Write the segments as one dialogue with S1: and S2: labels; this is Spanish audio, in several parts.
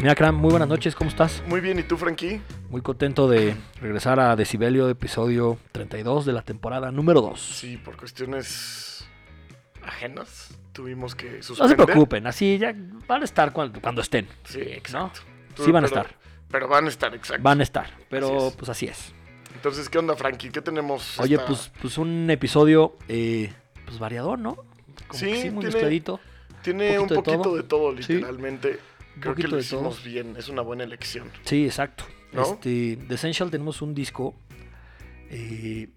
S1: Mira, Cram, muy buenas noches, ¿cómo estás?
S2: Muy bien, ¿y tú, Frankie?
S1: Muy contento de regresar a Decibelio, episodio 32 de la temporada número 2.
S2: Sí, por cuestiones ajenas tuvimos que
S1: No se
S2: suspender.
S1: preocupen, así ya van a estar cuando, cuando estén.
S2: Sí,
S1: ¿no?
S2: exacto. Tú-
S1: Sí van a
S2: pero-
S1: estar,
S2: Pero van a estar, exacto.
S1: van a estar, pero
S2: Así es.
S1: pues así es.
S2: Entonces, ¿qué onda, Frankie? ¿Qué tenemos?
S1: Oye,
S2: esta-
S1: pues, pues un episodio eh, pues variador, ¿no? Como
S2: Sí,
S1: que sí, muy
S2: tiene-
S1: mezcladito.
S2: Tiene
S1: un
S2: un
S1: poquito de
S2: poquito
S1: todo.
S2: de todo,
S1: Sí.
S2: literalmente.
S1: Un
S2: Creo que
S1: poquito
S2: lo
S1: de todo.
S2: hicimos bien, es una buena elección.
S1: Sí, exacto.
S2: ¿No?
S1: Este, de Essential tenemos un disco eh,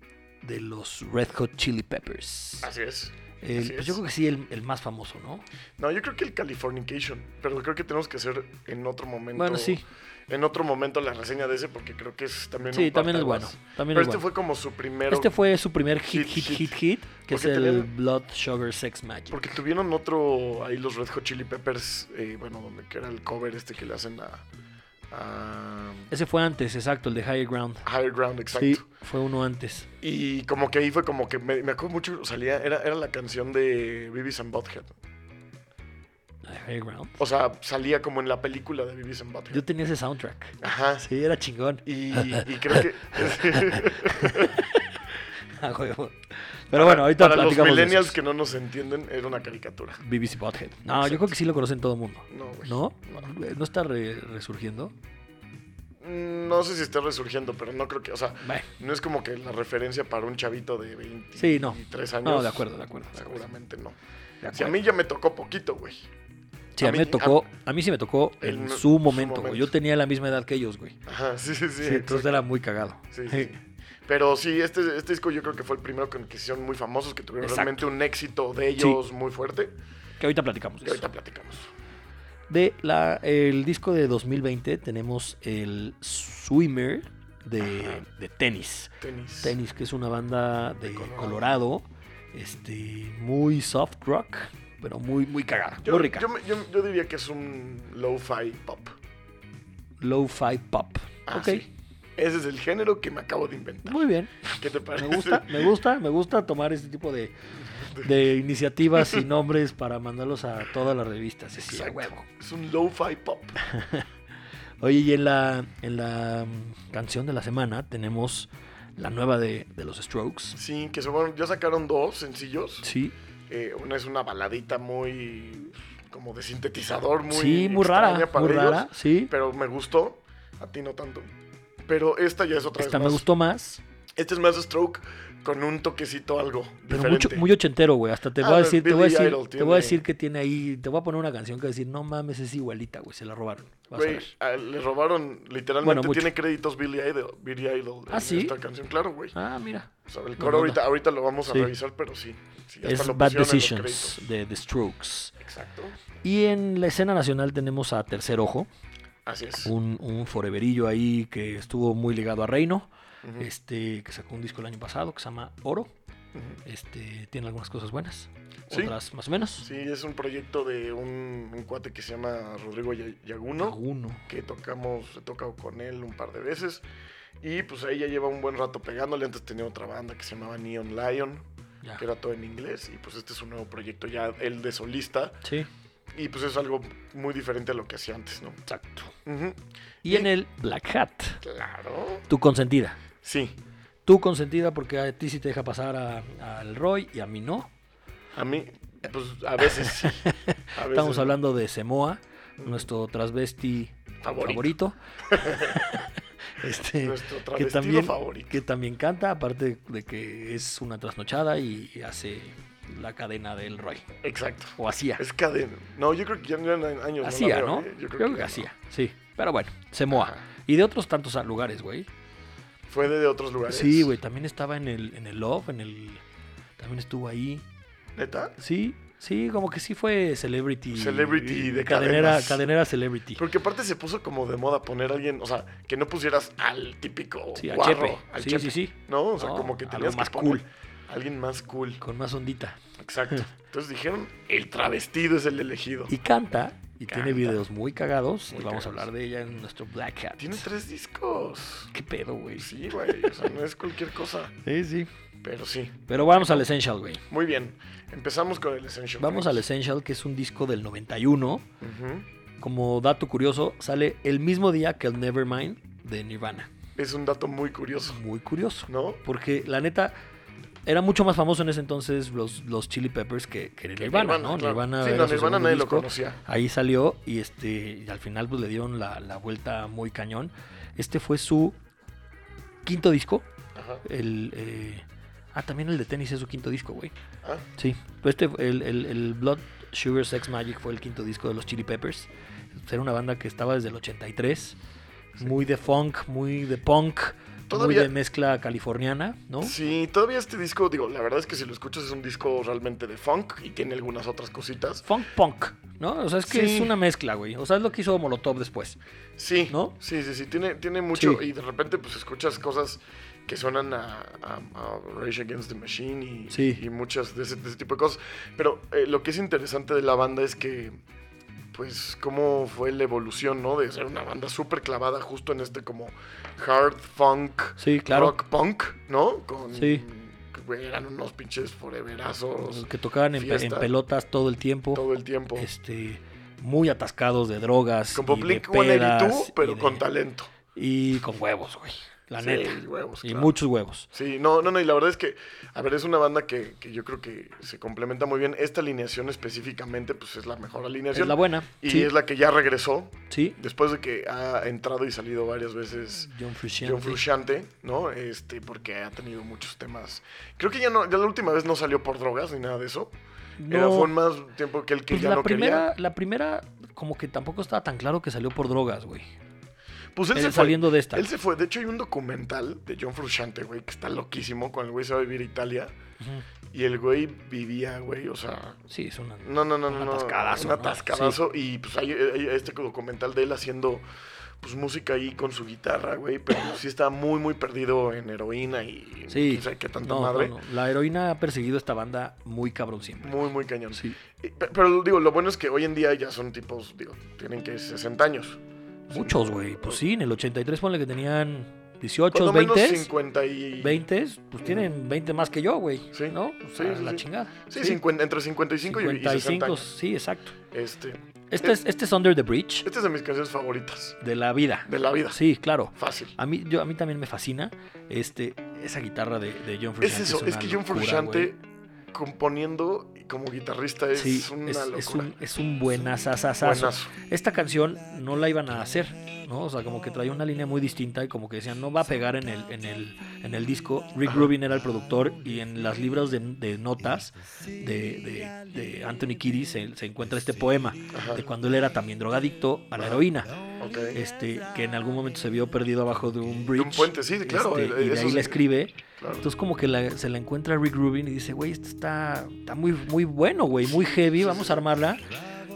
S1: de los Red Hot Chili Peppers.
S2: Así es.
S1: El-
S2: así
S1: pues
S2: es.
S1: yo creo que sí, el, el más famoso, ¿no?
S2: No, yo creo que el Californication, pero creo que tenemos que hacer en otro momento.
S1: Bueno, sí.
S2: En otro momento la reseña de ese, porque creo que es también
S1: Sí,
S2: un
S1: también es bueno.
S2: parteaguas.
S1: También
S2: Pero
S1: es
S2: este
S1: bueno.
S2: fue como su primero.
S1: este fue su primer hit, hit,
S2: Hit,
S1: hit, hit,
S2: hit.
S1: que es
S2: Porque
S1: el
S2: tenían-
S1: Blood Sugar Sex Magic.
S2: Porque tuvieron otro, ahí los Red Hot Chili Peppers, eh, bueno, donde que era el cover este que le hacen a, a
S1: Ese fue antes, exacto, el de Higher Ground.
S2: Higher Ground, exacto.
S1: Sí, fue uno antes.
S2: Y como que ahí fue como que me, me acuerdo mucho, salía, era, era la canción de Beavis and Butthead.
S1: Higher Ground.
S2: O sea, salía como en la película de Beavis and Butthead.
S1: Yo tenía ese soundtrack.
S2: Ajá.
S1: Sí, era chingón.
S2: Y, y creo que...
S1: A Ah, huevo. Pero bueno, ahorita
S2: Para los
S1: platicamos. de
S2: millennials
S1: esos.
S2: que no nos entienden, era una caricatura.
S1: BBC Bothead. No, yo
S2: Exacto.
S1: creo que sí lo conocen todo el mundo.
S2: No, güey.
S1: ¿No?
S2: No.
S1: Eh, ¿No está re- resurgiendo?
S2: Mm, No sé si está resurgiendo, pero no creo que, o sea,
S1: Bueno,
S2: no es como que la referencia para un chavito de 23
S1: Sí, no.
S2: años.
S1: No, de acuerdo, de acuerdo, de acuerdo.
S2: Seguramente no.
S1: de
S2: Si a
S1: acuerdo.
S2: mí ya me tocó poquito, güey.
S1: Sí, a
S2: a
S1: mí
S2: mí-
S1: me tocó, a mí sí me tocó
S2: en
S1: en
S2: su
S1: su momento, güey.
S2: momento.
S1: Yo tenía la misma edad que ellos, güey.
S2: Ajá, sí, sí, sí.
S1: Sí, entonces
S2: exacto.
S1: era muy cagado.
S2: Sí, sí, sí. Pero sí, este, este disco yo creo que fue el primero con el que se hicieron muy famosos, que tuvieron
S1: Exacto.
S2: realmente un éxito de ellos muy fuerte.
S1: Que ahorita platicamos
S2: Y
S1: de eso.
S2: ahorita platicamos.
S1: De la, el disco de 2020 tenemos el Swimmer de, de tenis.
S2: Tenis.
S1: Tenis, que es una banda de,
S2: De
S1: Colorado.
S2: Colorado.
S1: este, muy soft rock, pero muy, muy cagada,
S2: Yo,
S1: muy rica.
S2: yo me- yo- yo diría que es un lo-fi pop.
S1: Lo-fi pop.
S2: Ah,
S1: ok,
S2: sí. Ese es el género que me acabo de inventar.
S1: muy bien.
S2: ¿Qué te parece?
S1: Me gusta, me gusta, me gusta tomar este tipo de, de iniciativas y nombres para mandarlos a todas las revistas. así, a
S2: Exacto.
S1: huevo.
S2: Es un lo-fi pop.
S1: Oye, y en la, en la mm, canción de la semana tenemos la nueva de, de los Strokes.
S2: Sí, que se, bueno, ya sacaron dos sencillos.
S1: Sí,
S2: Eh, una es una baladita muy como de sintetizador, muy
S1: sí, muy rara,
S2: extraña para
S1: muy
S2: ellos,
S1: rara, sí.
S2: Pero me gustó, a ti no tanto. Pero esta ya es otra
S1: Esta
S2: vez
S1: me
S2: más.
S1: gustó más,
S2: Este es más Stroke con un toquecito algo
S1: pero
S2: diferente.
S1: mucho, muy ochentero, güey. Hasta te
S2: Ah,
S1: voy a
S2: no,
S1: decir, te voy a
S2: Billy
S1: decir,
S2: Idol
S1: te voy a
S2: tiene-
S1: decir que tiene ahí, te voy a poner una canción que va a decir, no mames, es igualita, güey, se la robaron. Vas a
S2: Güey,
S1: ver.
S2: a- le robaron
S1: Bueno,
S2: literalmente
S1: mucho.
S2: tiene créditos Billy Idol, Billy Idol
S1: Ah,
S2: en
S1: ¿sí?
S2: esta canción, claro, güey.
S1: Ah, mira.
S2: O sea, el
S1: Buena
S2: coro ahorita,
S1: onda.
S2: ahorita lo vamos a
S1: Sí.
S2: revisar, pero sí. sí hasta
S1: Es
S2: lo
S1: Bad
S2: pusieron en los
S1: Decisions
S2: créditos.
S1: de The Strokes.
S2: Exacto.
S1: Y en la escena nacional tenemos a Tercer Ojo,
S2: Así es.
S1: un, un foreverillo ahí que estuvo muy ligado a Reino,
S2: Ujú,
S1: este, que sacó un disco el año pasado que se llama Oro.
S2: ujú.
S1: Este, tiene algunas cosas buenas,
S2: Sí.
S1: otras más o menos.
S2: Sí, es un proyecto de un, un cuate que se llama Rodrigo Ya- Yaguno,
S1: Alguno.
S2: que tocamos, he tocado con él un par de veces. Y pues ahí ya lleva un buen rato pegándole. Antes tenía otra banda que se llamaba Neon Lion,
S1: Ya.
S2: que era todo en inglés. Y pues este es un nuevo proyecto ya, él de solista.
S1: Sí,
S2: Y pues es algo muy diferente a lo que hacía antes, ¿no?
S1: exacto.
S2: Ujú.
S1: Y
S2: Y-
S1: en el Black Hat,
S2: Claro.
S1: tu consentida.
S2: Sí,
S1: Tu consentida porque a ti sí te deja pasar a- al Roy y a mí no.
S2: a mí, pues a veces sí. A veces
S1: Estamos
S2: no.
S1: hablando de Semoa, nuestro transvesti favorito.
S2: Favorito.
S1: este,
S2: Nuestro
S1: que
S2: travestido
S1: también,
S2: favorito.
S1: que también canta, aparte de que es una trasnochada y hace la cadena del Roy.
S2: Exacto.
S1: O hacía.
S2: Es cadena. No, yo creo que ya no eran años. no la
S1: hacía,
S2: veo,
S1: ¿no?
S2: ¿eh?
S1: Yo creo,
S2: ya
S1: que,
S2: no.
S1: hacía, sí. Pero bueno, Semoa.
S2: Ajá.
S1: Y de otros tantos lugares, güey.
S2: Fue de, de otros lugares.
S1: Sí, güey. También estaba en el, en el Love, en el. También estuvo ahí.
S2: ¿Neta?
S1: Sí, sí, como que sí fue celebrity.
S2: Celebrity de
S1: cadenera.
S2: cadenas.
S1: Cadenera celebrity.
S2: Porque aparte se puso como de moda poner a alguien, o sea, que no pusieras al típico
S1: Sí, a
S2: guarro,
S1: Chepe.
S2: al
S1: Sí,
S2: Chepe,
S1: sí, sí.
S2: ¿No? O sea,
S1: No,
S2: como que
S1: algo
S2: tenías
S1: más
S2: que poner
S1: cool.
S2: a alguien más cool.
S1: Con más ondita.
S2: Exacto. Entonces dijeron, el travestido es el elegido.
S1: Y canta. Y tiene
S2: Canta.
S1: videos muy cagados. y
S2: Muy
S1: vamos a
S2: cagados.
S1: hablar de ella en nuestro Black Hat.
S2: Tiene tres discos.
S1: ¿Qué pedo, güey?
S2: Sí, güey, o sea, no es cualquier cosa,
S1: Sí, sí.
S2: pero sí.
S1: Pero vamos al Essential, güey.
S2: Muy bien, empezamos con el Essential.
S1: Vamos al
S2: Frankie.
S1: Essential, que es un disco del 91
S2: Ujú.
S1: como dato curioso, sale el mismo día que el Nevermind de Nirvana.
S2: Es un dato muy curioso,
S1: Muy curioso.
S2: ¿no?
S1: Porque la neta, era mucho más famoso en ese entonces los, los Chili Peppers que, que Nirvana, ¿no?
S2: claro.
S1: Nirvana
S2: sí,
S1: era
S2: no,
S1: su
S2: Nirvana
S1: segundo
S2: nadie lo
S1: disco.
S2: conocía.
S1: Ahí salió y este y al final pues le dieron la, la vuelta muy cañón. Este fue su quinto disco.
S2: Ajá.
S1: El, eh, ah, también el de tenis es su quinto disco, güey.
S2: Ah,
S1: Sí, pues este, el, el- el Blood Sugar Sex Magic fue el quinto disco de los Chili Peppers. Era una banda que estaba desde el 83. Muy de funk, muy de punk,
S2: Todavía-
S1: muy de mezcla californiana, ¿no?
S2: Sí, todavía este disco, digo, la verdad es que si lo escuchas es un disco realmente de funk y tiene algunas otras cositas.
S1: Funk punk, ¿no? O sea, es que
S2: Sí.
S1: es una mezcla, güey. O sea, es lo que hizo Molotov después.
S2: Sí,
S1: ¿No?
S2: sí, sí, sí, tiene, tiene mucho
S1: Sí.
S2: y de repente pues escuchas cosas que suenan a, a- a Rage Against the Machine y,
S1: Sí.
S2: y muchas de ese, de ese tipo de cosas. Pero eh, lo que es interesante de la banda es que, pues, cómo fue la evolución, ¿no? De ser una banda súper clavada justo en este como hard funk,
S1: Sí, claro.
S2: rock punk, ¿no? Con,
S1: Sí.
S2: que, güey, eran unos pinches foreverazos
S1: Que tocaban en, pe- en
S2: Fiesta.
S1: pelotas todo el tiempo.
S2: todo el tiempo.
S1: Este, muy atascados de drogas.
S2: Como
S1: y de
S2: Blink
S1: pedas
S2: 182,
S1: y
S2: pero
S1: de-
S2: con talento.
S1: Y con huevos, güey. La
S2: Sí,
S1: neta.
S2: huevos,
S1: y
S2: claro.
S1: muchos huevos.
S2: Sí, no, no, no, y la verdad es que, a ver, es una banda que, que yo creo que se complementa muy bien. Esta alineación específicamente, pues es la mejor alineación.
S1: Es la buena.
S2: y
S1: sí,
S2: es la que ya regresó,
S1: sí.
S2: después de que ha entrado y salido varias veces
S1: John Frusciante.
S2: John Frusciante, ¿no? Este, porque ha tenido muchos temas. Creo que ya no, ya la última vez no salió por drogas ni nada de eso. Era,
S1: No,
S2: fue más tiempo que el que
S1: pues
S2: ya
S1: la
S2: no
S1: primera,
S2: quería.
S1: la primera, como que tampoco estaba tan claro que salió por drogas, güey.
S2: Pues él
S1: Él
S2: se fue.
S1: saliendo de esta.
S2: Él se fue. De hecho, hay un documental de John Frusciante, güey, que está loquísimo. Cuando el güey se va a vivir a Italia.
S1: Ujú.
S2: Y el güey vivía, güey, o sea,
S1: Sí, es una.
S2: No, no, no, no.
S1: Un
S2: no,
S1: atascadazo,
S2: Un
S1: ¿no?
S2: atascadazo. Y pues hay, hay este documental de él haciendo pues música ahí con su guitarra, güey. Pero sí está muy, muy perdido en heroína y
S1: Sí.
S2: quién sabe qué tanta
S1: No, no,
S2: madre.
S1: no. La heroína ha perseguido a esta banda muy cabrón siempre.
S2: Muy, muy cañón.
S1: Sí.
S2: Y- pe- Pero digo, lo bueno es que hoy en día ya son tipos, digo, tienen que 60 años.
S1: Muchos, güey. Pues sí, en el 83 ponle que tenían 18,
S2: Cuando menos
S1: 20.
S2: 50 y...
S1: 20, pues tienen 20 más que yo, güey.
S2: Sí.
S1: ¿No? O
S2: Sí,
S1: sea,
S2: sí,
S1: la
S2: sí.
S1: chingada.
S2: Sí, 50 entre 55, y- y 60
S1: 55,
S2: años.
S1: sí, exacto.
S2: Este,
S1: Este es, este es Under the Bridge
S2: esta es de mis canciones favoritas
S1: de la vida.
S2: de la vida.
S1: Sí, claro.
S2: Fácil.
S1: A mí, yo, a mí también me fascina este, esa guitarra de, de John Frusciante.
S2: Es eso, es
S1: una
S2: que John
S1: locura,
S2: Frusciante
S1: güey.
S2: componiendo y como guitarrista es
S1: Sí,
S2: una
S1: es,
S2: locura.
S1: es un, es un buenazazazazo.
S2: Buenazo.
S1: Esta canción no la iban a hacer, ¿no? O sea, como que traía una línea muy distinta y como que decían, no va a pegar en el, en el, en el disco. Rick Rubin era el productor y en las libras de, de notas de, de- de Anthony Kiddis se, se encuentra este poema
S2: Ajá.
S1: de cuando él era también drogadicto a la heroína.
S2: Ok.
S1: Este, que en algún momento se vio perdido abajo de un bridge.
S2: De un puente, sí, claro.
S1: este,
S2: eh,
S1: y de
S2: eso
S1: ahí la
S2: sí,
S1: escribe.
S2: claro.
S1: Entonces como que la- se la encuentra Rick Rubin y dice, güey, esto está, está muy, muy bueno, güey, muy heavy, vamos a armarla.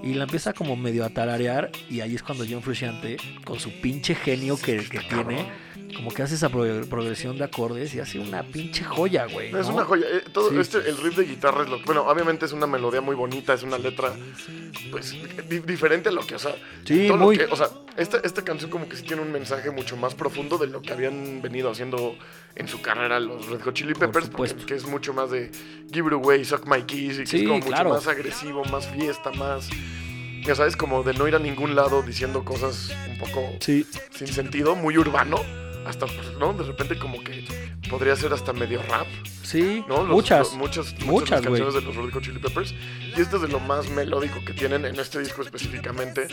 S1: Y la empieza como medio a tararear y ahí es cuando John Frusciante, con su pinche genio que, que tiene, como que hace esa pro- progresión de acordes y hace una pinche joya, güey.
S2: No, es
S1: ¿no?
S2: una joya. eh, todo
S1: Sí.
S2: este, el riff de guitarra es lo. Bueno, obviamente es una melodía muy bonita, es una letra, pues, di- diferente a lo que, o sea.
S1: Sí,
S2: todo lo
S1: muy.
S2: que- o sea, esta, esta canción como que sí tiene un mensaje mucho más profundo de lo que habían venido haciendo en su carrera los Red Hot Chili
S1: Por
S2: Peppers, porque-
S1: supuesto.
S2: que es mucho más de Give It Away, Suck My Kiss, y que
S1: Sí,
S2: es como mucho
S1: claro.
S2: más agresivo, más fiesta, más. Ya sabes, como de no ir a ningún lado diciendo cosas un poco
S1: Sí,
S2: sin sentido, muy urbano. Hasta, pues, ¿no? De repente como que podría ser hasta medio rap,
S1: sí,
S2: ¿no? Los-
S1: muchas.
S2: los- muchas, muchas,
S1: muchas,
S2: de las canciones de los Red Hot Chili Peppers. Y este es de lo más melódico que tienen en este disco específicamente.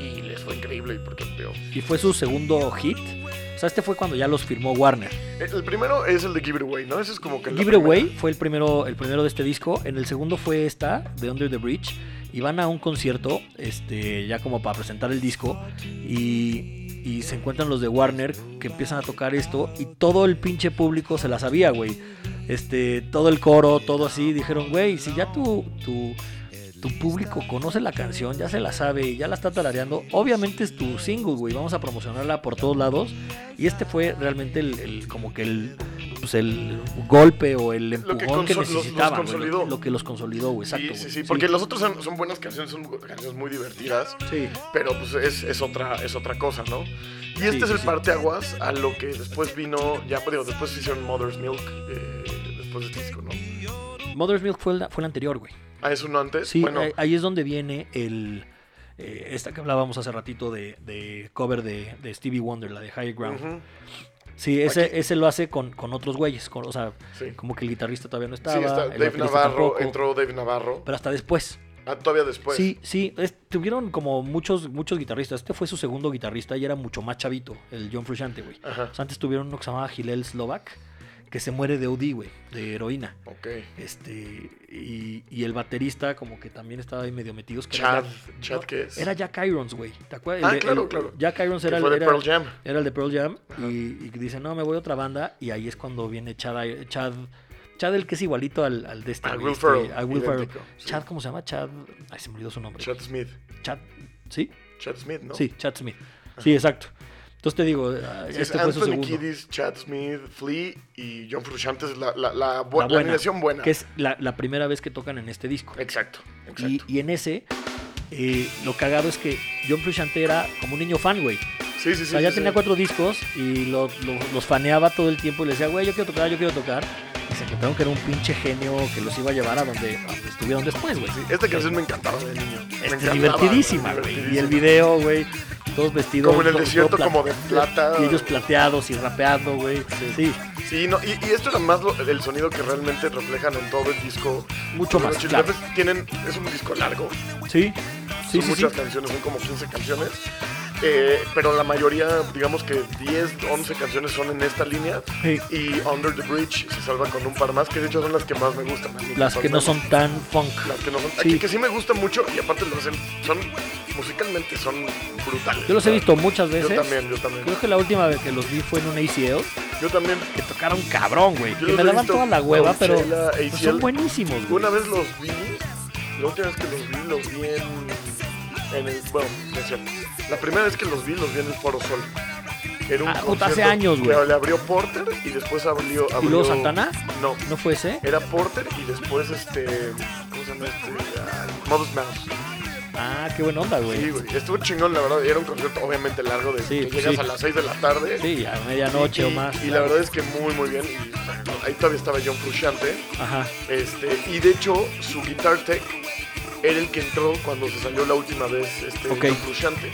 S2: Y les fue increíble y porque, digo,
S1: Y fue su segundo hit. O sea, este fue cuando ya los firmó Warner.
S2: El primero es el de Give It Away, ¿no? Ese es como que la
S1: Give It
S2: primera.
S1: Away fue el primero, el primero de este disco. En el segundo fue esta, de Under the Bridge. Y van a un concierto, este, ya como para presentar el disco. Y, y se encuentran los de Warner que empiezan a tocar esto. Y todo el pinche público se la sabía, güey. Este, todo el coro, todo así. Dijeron, güey, si ya tu, tu, tu público conoce la canción, ya se la sabe, ya la está tarareando. Obviamente es tu single, güey. Vamos a promocionarla por todos lados. Y este fue realmente el, el- como que el, pues el golpe o el
S2: Lo que
S1: empujón que,
S2: consol- los- los
S1: necesitaban. güey,
S2: consolidó.
S1: lo, lo que los consolidó, güey. Exacto.
S2: Sí, sí,
S1: güey.
S2: sí, porque los otros son, son buenas canciones, son canciones muy divertidas,
S1: Sí.
S2: pero pues es, es otra, es otra cosa, ¿no? Y este
S1: Sí,
S2: es el
S1: sí, sí.
S2: parteaguas a lo que después vino, ya digo, después hicieron Mother's Milk, eh, después del disco, ¿no?
S1: Mother's Milk fue el, fue el anterior, güey.
S2: Ah, es uno antes.
S1: Sí,
S2: bueno,
S1: eh, ahí es donde viene el, eh, esta que hablábamos hace ratito de, de cover de, de Stevie Wonder, la de High Ground.
S2: Ujú.
S1: Sí, ese,
S2: Aquí.
S1: ese lo hace con, con otros güeyes. con- o sea,
S2: Sí.
S1: como que el guitarrista todavía no estaba.
S2: Sí, está
S1: el
S2: Dave
S1: baterista
S2: Navarro,
S1: tampoco,
S2: entró Dave Navarro.
S1: Pero hasta después.
S2: Ah, todavía después.
S1: Sí, sí, es- tuvieron como muchos, muchos guitarristas. Este fue su segundo guitarrista y era mucho más chavito, el John Frusciante, güey.
S2: Ajá.
S1: O sea, antes tuvieron uno que se llamaba Gilel Slovak, que se muere de OD, güey, de heroína.
S2: Ok.
S1: Este, y, y el baterista como que también estaba ahí medio metidos. que era
S2: Chad.
S1: Jack-
S2: Chad,
S1: no,
S2: ¿qué es?
S1: Era Jack Irons, güey. ¿Te acuerdas? El
S2: Ah,
S1: de-
S2: claro,
S1: el-
S2: claro.
S1: Jack Irons
S2: Que
S1: era, el-
S2: fue de
S1: era-
S2: Pearl Jam.
S1: era el de Pearl Jam y, y dice, no, me voy a otra banda. Y ahí es cuando viene Chad, I- Chad, Chad el que es igualito al, al de este.
S2: A
S1: güey,
S2: Will
S1: este,
S2: Ferrell,
S1: a Will Ferrell.
S2: idéntico, sí.
S1: Chad, ¿cómo se llama? Chad, ay, se me olvidó su nombre.
S2: Chad Smith.
S1: Chad, ¿sí?
S2: Chad Smith, ¿no?
S1: Sí, Chad Smith. Sí, exacto. Entonces te digo, ah,
S2: Sí, es
S1: este fue su
S2: Anthony
S1: segundo.
S2: Kiddis, Chad Smith, Flea y John Frusciante es la, la, la, bu-
S1: La
S2: la alineación buena.
S1: Que es la, la primera vez que tocan en este disco.
S2: Exacto, exacto.
S1: Y, y en ese, eh, lo cagado es que John Frusciante era como un niño fan, güey.
S2: sí, sí, sí.
S1: O sea, ya
S2: sí,
S1: tenía
S2: sí.
S1: cuatro discos y lo- lo- los faneaba todo el tiempo y le decía, güey, yo quiero tocar, yo quiero tocar. Y se encontraron que era un pinche genio que los iba a llevar a donde, a donde estuvieron después, güey.
S2: Esta canción me encantaba de niño. Me
S1: Este,
S2: encantaba,
S1: divertidísima, güey. Y el video, güey. Todos vestidos.
S2: Como en el
S1: todo- todo
S2: desierto,
S1: pla-
S2: como de plata.
S1: Y ellos plateados y rapeando, güey. Sí.
S2: Sí, no, y, y esto es más lo- el sonido que realmente reflejan en todo el disco.
S1: Mucho
S2: Los
S1: más,
S2: Chili
S1: claro.
S2: Peppers tienen, es un disco largo,
S1: Sí. Sí,
S2: son
S1: sí, sí.
S2: muchas canciones, son como 15 canciones, eh, pero la mayoría, digamos que 10, 11 canciones son en esta línea.
S1: Sí.
S2: Y Under the Bridge se salva con un par más, que de hecho son las que más me gustan. a mí,
S1: Las que no son tan funk.
S2: Las que no son.
S1: Sí.
S2: Que, que sí me gustan mucho y aparte lo hacen. Son. Musicalmente son brutales.
S1: Yo los he visto eh? muchas
S2: Yo
S1: veces.
S2: también, yo también.
S1: Creo que la última vez que los vi fue en un ACL.
S2: Yo también.
S1: Que tocaron cabrón, güey.
S2: Yo
S1: Que
S2: los
S1: me
S2: he
S1: daban
S2: visto
S1: toda la hueva,
S2: con
S1: pero,
S2: Sheila,
S1: pero
S2: ACL.
S1: son buenísimos, güey.
S2: Una vez los vi, la última vez que los vi, los vi en, en el, bueno, no es cierto. La primera vez que los vi, los vi en el Foro Sol. Era un
S1: Ah, puta, hace
S2: concierto
S1: años,
S2: que
S1: güey.
S2: Le abrió Porter y después abrió,
S1: ¿Y luego
S2: abrió-
S1: Santana?
S2: No,
S1: ¿No fue ese?
S2: era Porter y después este, ¿cómo se llama este? Ah, Modest Mouse.
S1: Ah, qué buena onda,
S2: Sí,
S1: güey.
S2: güey, estuvo chingón, la verdad. Era un concierto obviamente largo de
S1: Sí, pues
S2: que llegas
S1: sí.
S2: a las 6 de la tarde.
S1: Sí, a medianoche
S2: Y-
S1: o más.
S2: Y la verdad es que muy, muy bien. Y, bueno, ahí todavía estaba John Frusciante.
S1: Ajá.
S2: Este, y de hecho, su Guitar Tech era el que entró cuando se salió la última vez este
S1: Ok.
S2: John Frusciante.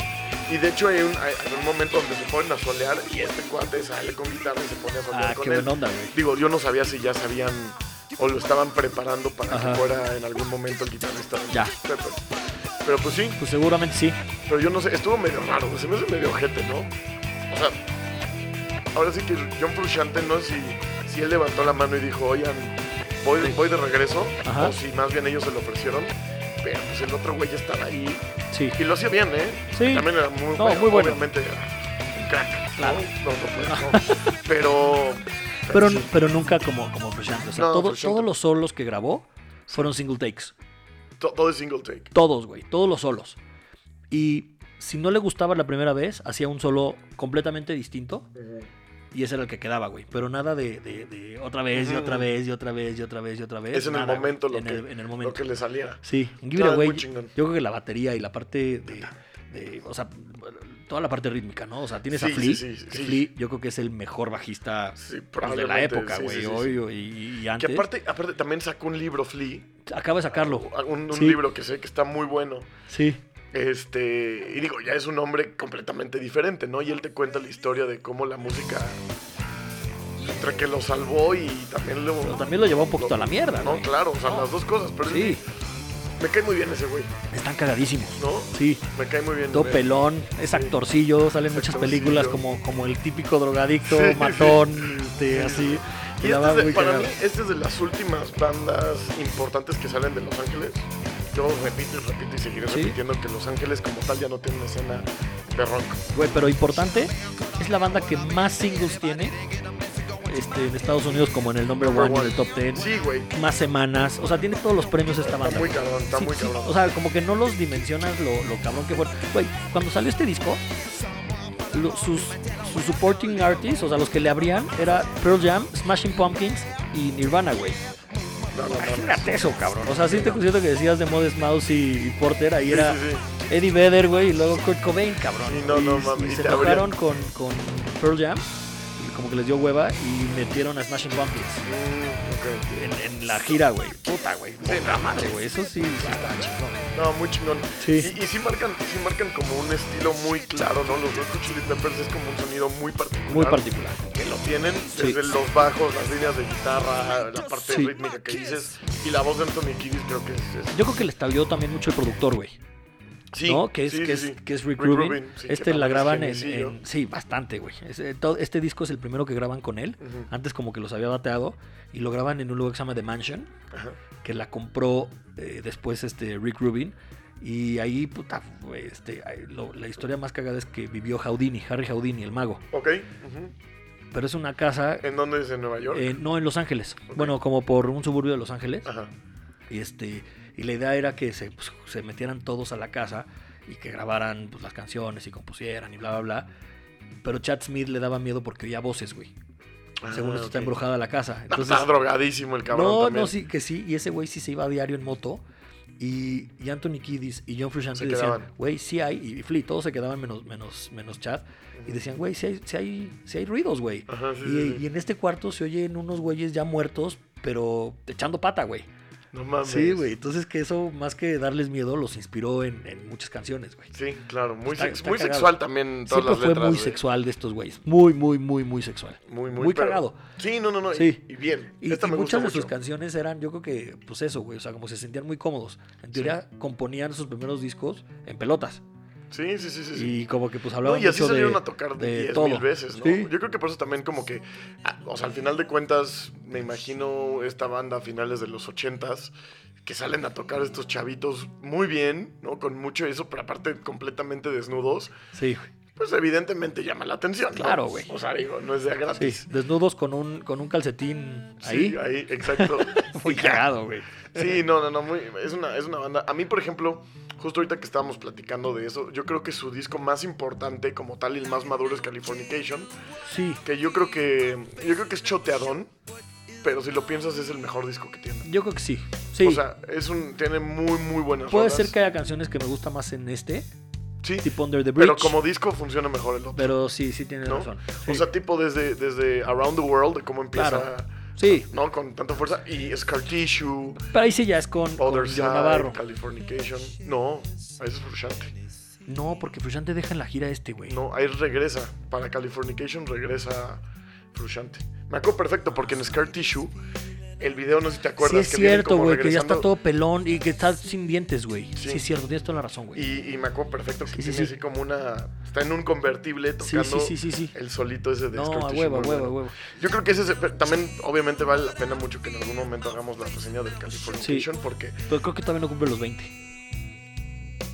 S2: Y de hecho hay un, hay- hay un momento donde se ponen a solear y este cuate sale con guitarra y se pone a solear
S1: Ah,
S2: con
S1: qué
S2: él.
S1: buena onda, güey.
S2: Digo, yo no sabía si ya sabían o lo estaban preparando para
S1: Ajá.
S2: que fuera en algún momento el guitarrista. de
S1: Ya.
S2: Chili Peppers. Pero pues sí,
S1: Pues seguramente sí.
S2: pero yo no sé, estuvo medio raro, se me hace medio ojete, ¿no? O sea, ahora sí que John Frusciante, no sé si, si él levantó la mano y dijo, oigan, voy,
S1: Sí.
S2: voy de regreso,
S1: Ajá.
S2: o si más bien ellos se lo ofrecieron, pero pues el otro güey ya estaba ahí,
S1: Sí.
S2: y lo hacía bien, ¿eh?
S1: Sí.
S2: También era muy
S1: No,
S2: bueno,
S1: muy bueno.
S2: obviamente era un crack, ¿no?
S1: Claro.
S2: No, no, pues, no. Pero...
S1: Pero,
S2: sí.
S1: pero nunca como, como Frusciante. O sea,
S2: No,
S1: todo-
S2: Frusciante.
S1: todos los solos que grabó fueron single takes.
S2: To- Todo es single take.
S1: Todos, güey. Todos los solos. Y si no le gustaba la primera vez, hacía un solo completamente distinto. Y ese era el que quedaba, güey. Pero nada de, de- de otra vez y otra
S2: Mm.
S1: vez y otra vez y otra vez y otra vez.
S2: Es en el
S1: Nada,
S2: momento lo
S1: en
S2: que-
S1: el- en el
S2: Lo
S1: momento.
S2: que le saliera.
S1: Sí, en Give It
S2: No, es
S1: Away,
S2: muy chingón.
S1: yo creo que la batería y la parte de, de- o sea, toda la parte rítmica, ¿no? O sea, tienes a
S2: Sí,
S1: Flea,
S2: sí, sí,
S1: que
S2: sí.
S1: Flea yo creo que es el mejor bajista pues, de
S2: Sí,
S1: la
S2: probablemente,
S1: época,
S2: sí,
S1: güey,
S2: sí, sí,
S1: hoy
S2: sí.
S1: o- y, y antes.
S2: Que aparte, Ah, aparte también sacó un libro Flea.
S1: acaba de sacarlo.
S2: Un, un
S1: Sí.
S2: libro que sé que está muy bueno.
S1: Sí,
S2: Este, y digo, ya es un hombre completamente diferente, ¿no? Y él te cuenta la historia de cómo la música entre que lo salvó y también lo.
S1: pero también lo llevó un poquito a la mierda,
S2: No,
S1: güey.
S2: claro, o sea,
S1: No.
S2: las dos cosas, pero
S1: Sí,
S2: me cae muy bien ese güey,
S1: están cagadísimos.
S2: ¿no?
S1: Sí,
S2: Me cae muy bien.
S1: todo
S2: Me-
S1: pelón, es
S2: Sí.
S1: actorcillo, salen muchas
S2: Actorcillo.
S1: películas como, como el típico drogadicto,
S2: Sí, sí.
S1: matón, este,
S2: Sí,
S1: así.
S2: sí. Y
S1: la
S2: este es
S1: verdad,
S2: de-
S1: muy
S2: para
S1: cagado.
S2: mí, esta es de las últimas bandas importantes que salen de Los Ángeles. Yo repito y repito y seguiré
S1: Sí.
S2: repitiendo que Los Ángeles como tal ya no tiene una escena de rock.
S1: Güey, pero importante, es la banda que más singles tiene este, en Estados Unidos, como en el number
S2: Number
S1: one, en
S2: one.
S1: el top ten.
S2: Sí, güey.
S1: Más semanas, o sea, tiene todos los premios esta
S2: Está
S1: banda.
S2: muy
S1: güey.
S2: cabrón, está
S1: Sí,
S2: muy
S1: sí,
S2: cabrón.
S1: O sea, como que no los dimensionas lo, lo cabrón que fueron. Güey, cuando salió este disco, lo- sus, sus supporting artists, o sea, los que le abrían, era Pearl Jam, Smashing Pumpkins y Nirvana, güey.
S2: No, no, no, no.
S1: Imagínate eso, cabrón. O sea, sí te concierto que decías de Modest Mouse y, y Porter, ahí
S2: Sí,
S1: era
S2: sí, sí.
S1: Eddie Vedder, güey, y luego Kurt Cobain, cabrón.
S2: Sí, no, no
S1: Y-
S2: mames,
S1: y
S2: y
S1: se
S2: te abrían.
S1: enojaron con, con Pearl Jam. Y como que les dio hueva y metieron a Smashing Pumpkins
S2: Mm,
S1: en, en la gira, güey. Puta, güey.
S2: ok. Sí, no
S1: Madre,
S2: manches.
S1: güey. Eso sí, sí está chingón.
S2: No, muy chingón.
S1: Sí.
S2: Y, y sí, marcan, sí marcan como un estilo muy claro, ¿no? Los Red Hot Chili Peppers es como un sonido muy particular.
S1: Muy particular.
S2: Que lo tienen
S1: Sí.
S2: desde los bajos, las líneas de guitarra, la parte
S1: Sí.
S2: rítmica que dices. Y la voz de Anthony Kiddis creo que es... es-
S1: Yo creo que le establó también mucho el productor, güey.
S2: sí,
S1: ¿no? Que es,
S2: sí,
S1: que,
S2: sí,
S1: es,
S2: sí.
S1: que es Rick, Rubin.
S2: sí, que
S1: este la
S2: también es
S1: graban en,
S2: geniecillo.
S1: en- Sí, bastante, güey. Este, todo- este disco es el primero que graban con él.
S2: Ujú.
S1: Antes como que los había bateado. Y lo graban en un lugar que se llama The Mansion.
S2: Ajá.
S1: Que la compró eh, después este Rick Rubin. Y ahí, puta, güey, este, ahí lo- la historia más cagada es que vivió Houdini, Harry Houdini, el mago.
S2: Ok. ujú.
S1: Pero es una casa,
S2: ¿En dónde es? ¿En Nueva York?
S1: eh, no en Los Ángeles.
S2: Ok. Ah.
S1: Bueno, como por un suburbio de Los Ángeles.
S2: Ajá.
S1: Y este y la idea era que se, pues, se metieran todos a la casa y que grabaran pues, las canciones y compusieran y bla, bla, bla. Pero Chad Smith le daba miedo porque oía voces, güey. Según
S2: Ah,
S1: esto está
S2: ok. Ah,
S1: embrujada la casa. Entonces,
S2: Está drogadísimo el cabrón
S1: no,
S2: también.
S1: no, sí, que sí. Y ese güey sí se iba a diario en moto. Y, y Anthony Kiddis y John
S2: Se
S1: Frusciante
S2: quedaban.
S1: decían, güey, sí hay. Y, y Flea, todos se quedaban menos, menos, menos Chad. Y decían, güey, sí hay, sí hay, sí hay ruidos, güey.
S2: Ajá, sí,
S1: y,
S2: sí, sí.
S1: y en este cuarto se oyen unos güeyes ya muertos, pero echando pata, güey.
S2: No mames.
S1: Sí, güey. Entonces que eso, más que darles miedo, los inspiró en, en muchas canciones, güey.
S2: Sí, claro. Muy,
S1: Está-
S2: sex-
S1: está
S2: muy
S1: cagado.
S2: sexual también todas
S1: Siempre
S2: las
S1: fue
S2: letras.
S1: muy
S2: güey.
S1: sexual de estos güeyes. Muy, muy, muy, muy sexual.
S2: Muy, muy,
S1: Muy
S2: pero-
S1: cagado.
S2: Sí, no, no, no. y-
S1: Sí.
S2: Y, bien.
S1: Y,
S2: Esta
S1: y
S2: me gusta
S1: muchas de sus
S2: mucho.
S1: canciones eran, yo creo que, pues eso, güey. O sea, como se sentían muy cómodos. En teoría, componían sus primeros discos en pelotas.
S2: Sí, sí, sí, sí. sí.
S1: Y como que, pues
S2: No,
S1: hablaban
S2: y así
S1: mucho
S2: salieron
S1: de,
S2: a tocar
S1: de
S2: 10
S1: todo.
S2: mil veces, ¿no?
S1: Sí.
S2: Yo creo que por eso también como que, ah, o sea, al final de cuentas, me imagino esta banda a finales de los 80s que salen a tocar estos chavitos muy bien, ¿no? Con mucho eso, pero aparte completamente desnudos,
S1: Sí, güey.
S2: pues evidentemente llama la atención. ¿no?
S1: Claro, güey.
S2: O sea, digo, no es de a gratis.
S1: Sí, desnudos con un, con un calcetín ahí.
S2: Sí, ahí, exacto.
S1: Muy
S2: Y ya.
S1: cagado, güey.
S2: Sí, no, no, no, muy- es, una, es una banda. A mí, por ejemplo, justo ahorita que estábamos platicando de eso, yo creo que su disco más importante como tal y el más maduro es Californication,
S1: Sí.
S2: que yo creo que yo creo que es choteadón, pero si lo piensas es el mejor disco que tiene.
S1: Yo creo que sí. Sí.
S2: O sea, es un tiene muy muy buenas
S1: Puede
S2: rolas.
S1: ser que haya canciones que me gusta más en este,
S2: sí,
S1: tipo Under the Bridge.
S2: pero como disco funciona mejor el otro.
S1: Pero sí, sí tienes
S2: ¿no?
S1: razón.
S2: O
S1: Sí.
S2: sea, tipo desde desde Around the World, de cómo empieza
S1: Claro. sí,
S2: ¿no? Con tanta fuerza. Y Scar Tissue,
S1: pero ahí sí ya es con, con
S2: Other
S1: Joe
S2: Side,
S1: Navarro.
S2: Californication. No, eso es frustrante.
S1: No, porque Frusciante deja en la gira este, güey.
S2: No, ahí regresa. Para Californication regresa Frusciante. Me acuerdo perfecto porque en Scar Tissue, el video no sé si te
S1: sí
S2: acuerdas.
S1: es
S2: que viene
S1: cierto,
S2: como
S1: güey, que ya
S2: regresando
S1: está todo pelón y que está sin dientes, güey. Sí.
S2: Sí.
S1: es cierto, tienes toda la razón, güey.
S2: Y, y me acuerdo perfecto que
S1: Sí, sí,
S2: tiene
S1: sí.
S2: así como una. Está en un convertible
S1: Sí,
S2: tocando
S1: sí, sí, sí, sí.
S2: el solito ese de
S1: No,
S2: Scar
S1: a
S2: Tissue,
S1: huevo, a
S2: muy
S1: huevo, a
S2: bueno.
S1: huevo.
S2: Yo creo que ese es- pero también, obviamente, vale la pena mucho que en algún momento hagamos la reseña del Californication porque
S1: Pero creo que todavía no cumple los 20.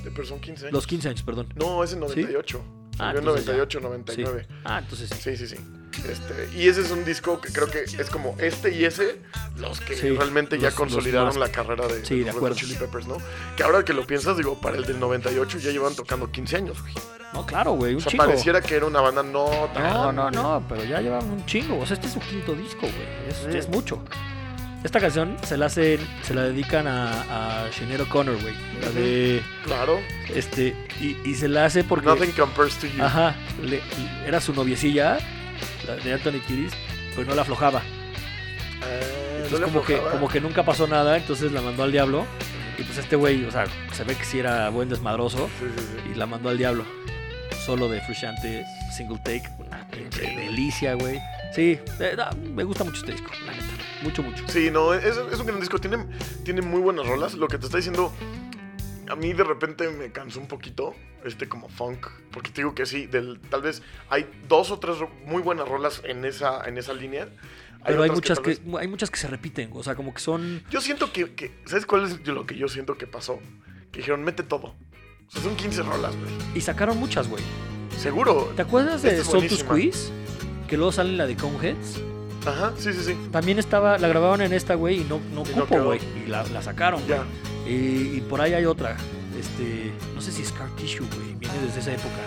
S2: de Person 15 años.
S1: Los 15 años, perdón.
S2: No, es en 98.
S1: Ah,
S2: Salió en
S1: entonces ya.
S2: 98,
S1: Sí.
S2: 99.
S1: Ah, entonces sí.
S2: Sí, sí, sí. Este, y ese es un disco que creo que es como este y ese los que
S1: Sí,
S2: realmente ya
S1: los-
S2: consolidaron
S1: los
S2: la
S1: más-
S2: carrera de,
S1: Sí, de
S2: de los Red Hot
S1: acuerdo.
S2: Chili Peppers, ¿no? Que ahora que lo piensas, digo, para el del 98 ya llevan tocando 15 años, güey.
S1: No, claro, güey, un
S2: O sea,
S1: chingo.
S2: pareciera que era una banda no tan...
S1: No, no, no, pero ya llevan un chingo. O sea, este es su quinto disco, güey. Es,
S2: Sí.
S1: es mucho. Esta canción se la hacen, se la dedican a, a Sinead O'Connor, güey. La de.
S2: Claro.
S1: Este. Y, y se la hace porque.
S2: Nothing compares to you.
S1: Ajá, le- le- era su noviecilla, la de Anthony Kiddis, pues no la aflojaba.
S2: Ah,
S1: Entonces como que, como que nunca pasó nada, entonces la mandó al diablo. Y pues este güey, o sea, se ve que sí era buen desmadroso
S2: Sí, sí, sí.
S1: y la mandó al diablo. Solo de Frusciante, single take, una pinche delicia, güey. Sí, eh, da- me gusta mucho este disco, la neta. Mucho, mucho.
S2: Sí, no, es, es un gran disco. Tiene, tiene muy buenas rolas. Lo que te está diciendo, a mí de repente me cansó un poquito este como funk. Porque te digo que sí, del, tal vez hay dos o tres ro- muy buenas rolas en esa, en esa línea.
S1: Pero hay
S2: otras
S1: muchas
S2: tal
S1: que,
S2: vez-
S1: hay muchas que se repiten, o sea, como que son...
S2: Yo siento que, que- ¿Sabes cuál es lo que yo siento que pasó? Que dijeron, mete todo. O sea, son 15 rolas, güey.
S1: Y sacaron muchas, güey.
S2: Seguro.
S1: ¿Te acuerdas de
S2: Esta es
S1: Sotus
S2: buenísima.
S1: Quiz? Que luego sale la de Coneheads.
S2: Ajá, sí, sí, sí.
S1: También estaba, la grabaron en esta, güey, y no, no
S2: Y no
S1: cupo,
S2: quedó.
S1: güey. y la, la sacaron, güey.
S2: Ya.
S1: Y, y por ahí hay otra. Este, no sé si Scar Tissue, güey. Viene desde esa época.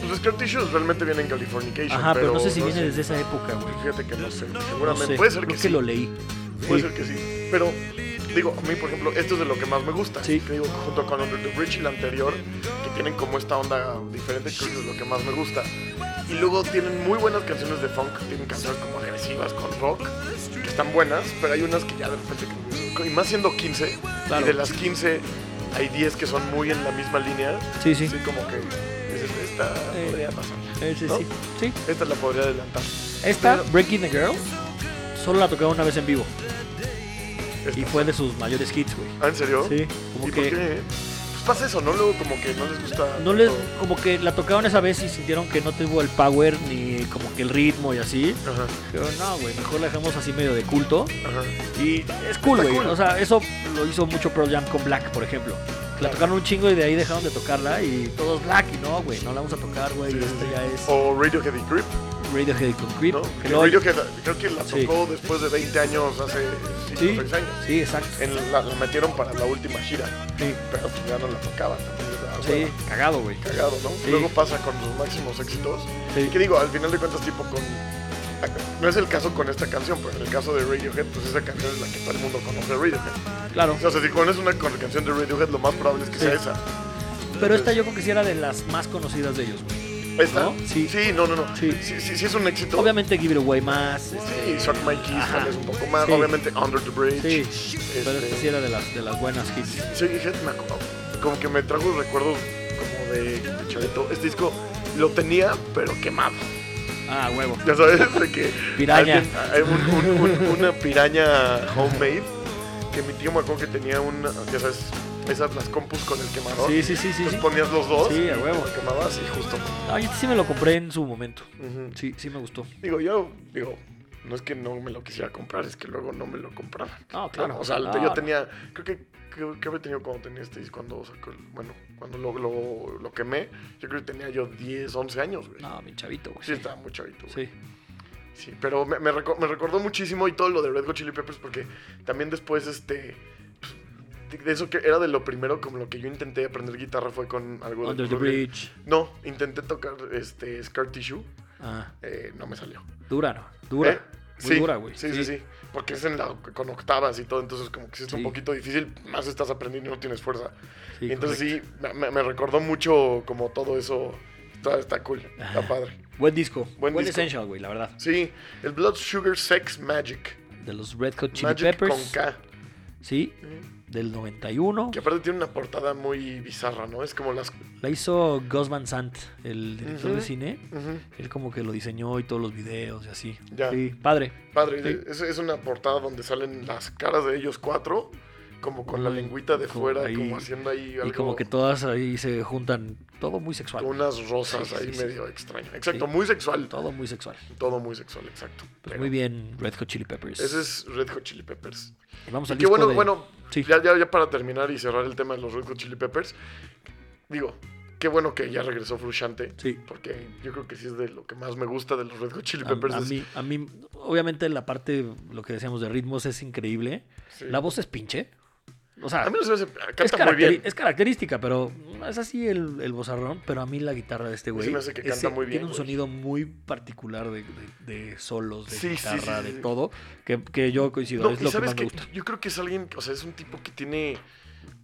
S2: Pues Los Scar Tissues realmente vienen en Californication.
S1: Ajá, pero, no sé si viene desde esa época, güey.
S2: Fíjate que no sé.
S1: No
S2: Seguramente.
S1: sé,
S2: Puede ser
S1: creo
S2: que
S1: que,
S2: sí.
S1: lo leí.
S2: Puede
S1: Sí.
S2: ser que sí. Pero, digo, a mí, por ejemplo, esto es de lo que más me gusta.
S1: Sí.
S2: Que digo, junto con Under the Bridge y la anterior, que tienen como esta onda diferente, creo que es lo que más me gusta. Y luego tienen muy buenas canciones de funk, tienen canciones como agresivas con rock, que están buenas, pero hay unas que ya de repente. Y más siendo 15,
S1: Claro.
S2: y de las 15 hay 10 que son muy en la misma línea.
S1: Sí, sí.
S2: Así como que dices, esta
S1: Eh.
S2: podría pasar.
S1: Eh, sí,
S2: ¿No?
S1: sí. Sí.
S2: Esta la podría adelantar.
S1: Esta,
S2: Pero-
S1: Breaking the Girl, solo la tocaba una vez en vivo.
S2: Esta.
S1: Y fue de sus mayores hits, güey.
S2: Ah, ¿En serio?
S1: Sí,
S2: ¿Y
S1: como
S2: por
S1: que
S2: qué? Pues pasa eso, ¿no? Luego como que no les gusta.
S1: no les,
S2: tanto.
S1: como que la tocaron esa vez y sintieron que no tuvo el power ni como que el ritmo y así.
S2: Ajá,
S1: Pero no, güey, mejor la dejamos así medio de culto.
S2: ajá.
S1: Y es cool,
S2: Está
S1: güey.
S2: cool.
S1: O sea, eso lo hizo mucho Pro Jam con Black, por ejemplo. Que La
S2: Claro.
S1: tocaron un chingo y de ahí dejaron de tocarla y todos Black y no, güey, no la vamos a tocar, güey.
S2: Sí, sí,
S1: Esto
S2: sí.
S1: ya es
S2: O Radiohead y Creep,
S1: Radiohead con Creep.
S2: ¿no?
S1: que
S2: Que
S1: no-
S2: Radiohead creo que la
S1: Sí.
S2: tocó después de 20 años, hace 5
S1: Sí.
S2: o 6 años.
S1: Sí, exacto.
S2: En la, la metieron para la última gira,
S1: Sí,
S2: pero pues ya no la tocaban. también les daba
S1: sí,
S2: hueva.
S1: cagado, güey.
S2: Cagado, ¿no?
S1: Sí.
S2: Luego pasa con sus máximos éxitos.
S1: Sí.
S2: Que digo, al final de cuentas, tipo con. No es el caso con esta canción, pero en el caso de Radiohead, pues esa canción es la que todo el mundo conoce de Radiohead.
S1: Claro.
S2: O sea, si pones una con- canción de Radiohead, lo más probable es que
S1: Sí.
S2: sea esa.
S1: Pero esta yo creo que sí era de las más conocidas de ellos, güey.
S2: ¿Esta?
S1: ¿No? Sí.
S2: Sí, no, no, no.
S1: Sí.
S2: Sí, sí, sí, es un éxito.
S1: Obviamente Give It Away más.
S2: Sí,
S1: este,
S2: Suck My Kiss
S1: Ajá.
S2: tal vez un poco más.
S1: Sí.
S2: Obviamente Under the Bridge.
S1: Sí, pero
S2: Este-
S1: esta sí era de las, de las buenas hits.
S2: Sí, Radiohead me acu- como que me trajo recuerdos como de, de chavito. Este disco lo tenía, pero quemado.
S1: Ah, huevo.
S2: Ya sabes, de que.
S1: Piraña.
S2: alguien- hay un- un- un- una piraña homemade que mi tío me acuerdo que tenía una. Ya sabes, esas las compus con el quemador.
S1: Sí, sí, sí, sí. sí.
S2: Entonces ponías los dos.
S1: Sí, a
S2: y
S1: huevo.
S2: Lo quemabas y justo.
S1: Ah, yo este sí me lo compré en su momento.
S2: Ujú.
S1: Sí, sí me gustó.
S2: Digo, yo, digo, no es que no me lo quisiera comprar, es que luego no me lo compraban.
S1: No, claro.
S2: O sea,
S1: No,
S2: yo
S1: no.
S2: tenía, creo que, creo que había tenido cuando tenía este disco, cuando sacó el- bueno, cuando lo, lo, lo quemé, yo creo que tenía yo 10, 11 años, güey.
S1: No, mi chavito, güey.
S2: Sí, estaba muy chavito, güey.
S1: Sí.
S2: Sí, pero me, me reco- me recordó muchísimo y todo lo de Red Hot Chili Peppers porque también después, este, de- de eso que era de lo primero como lo que yo intenté aprender guitarra fue con algo de...
S1: Under the Bridge.
S2: No, intenté tocar, este, Scar Tissue,
S1: Ah,
S2: eh, no me salió.
S1: dura, ¿no? Dura.
S2: ¿Eh?
S1: Muy dura, güey.
S2: Sí, sí, sí, Porque es en la- con octavas y todo, entonces como que sí es
S1: Sí.
S2: un poquito difícil, más estás aprendiendo y no tienes fuerza.
S1: Sí,
S2: Y entonces
S1: correcto.
S2: sí, me- me, me recordó mucho como todo eso. Está, está cool, está
S1: Ajá.
S2: padre.
S1: Buen disco. Buen,
S2: Buen disco.
S1: Essential, güey, la verdad.
S2: Sí, el Blood Sugar Sex Magic.
S1: De los Red Hot Chili
S2: Magic
S1: Peppers.
S2: con K.
S1: Sí, del 91.
S2: Que aparte tiene una portada muy bizarra, ¿no? Es como las...
S1: La hizo Gus Van Sant, el director
S2: Ujú.
S1: de cine.
S2: Ujú,
S1: Él como que lo diseñó y todos los videos y así.
S2: Ya.
S1: Sí, padre.
S2: Padre,
S1: Sí.
S2: es, es una portada donde salen las caras de ellos cuatro, como con la
S1: Ujú,
S2: lengüita de
S1: como
S2: fuera,
S1: ahí-
S2: como haciendo ahí algo...
S1: Y como que todas ahí se juntan. Todo muy
S2: con
S1: sexual.
S2: unas rosas
S1: Sí, sí,
S2: ahí
S1: sí.
S2: medio extraño. Exacto,
S1: Sí.
S2: muy sexual.
S1: Todo muy sexual.
S2: Todo muy sexual, exacto.
S1: Pues
S2: Pero
S1: muy bien, Red Hot Chili Peppers.
S2: Ese es Red Hot Chili Peppers.
S1: Y vamos
S2: Y
S1: al
S2: qué
S1: disco
S2: bueno,
S1: de-
S2: bueno,
S1: Sí.
S2: ya, ya, ya para terminar y cerrar el tema de los Red Hot Chili Peppers, digo, qué bueno que ya regresó Frusciante.
S1: Sí.
S2: Porque yo creo que sí es de lo que más me gusta de los Red Hot Chili
S1: A-
S2: Peppers.
S1: A,
S2: es-
S1: mí, a mí, obviamente la parte, lo que decíamos de ritmos es increíble.
S2: sí.
S1: La voz es pinche. O sea,
S2: A mí no se me hace-
S1: es,
S2: canta muy
S1: caracteri-
S2: bien.
S1: es característica, pero no es así el, el bozarrón. Pero a mí la guitarra de este güey
S2: me hace que canta
S1: ese
S2: muy bien,
S1: tiene un
S2: güey.
S1: sonido muy particular de, de- de solos, de
S2: Sí, sí, sí,
S1: guitarra,
S2: sí,
S1: de
S2: sí.
S1: todo, que, que yo coincido.
S2: No,
S1: es
S2: y
S1: lo que
S2: sabes
S1: más
S2: que
S1: me gusta.
S2: yo creo que es alguien, o sea, es un tipo que tiene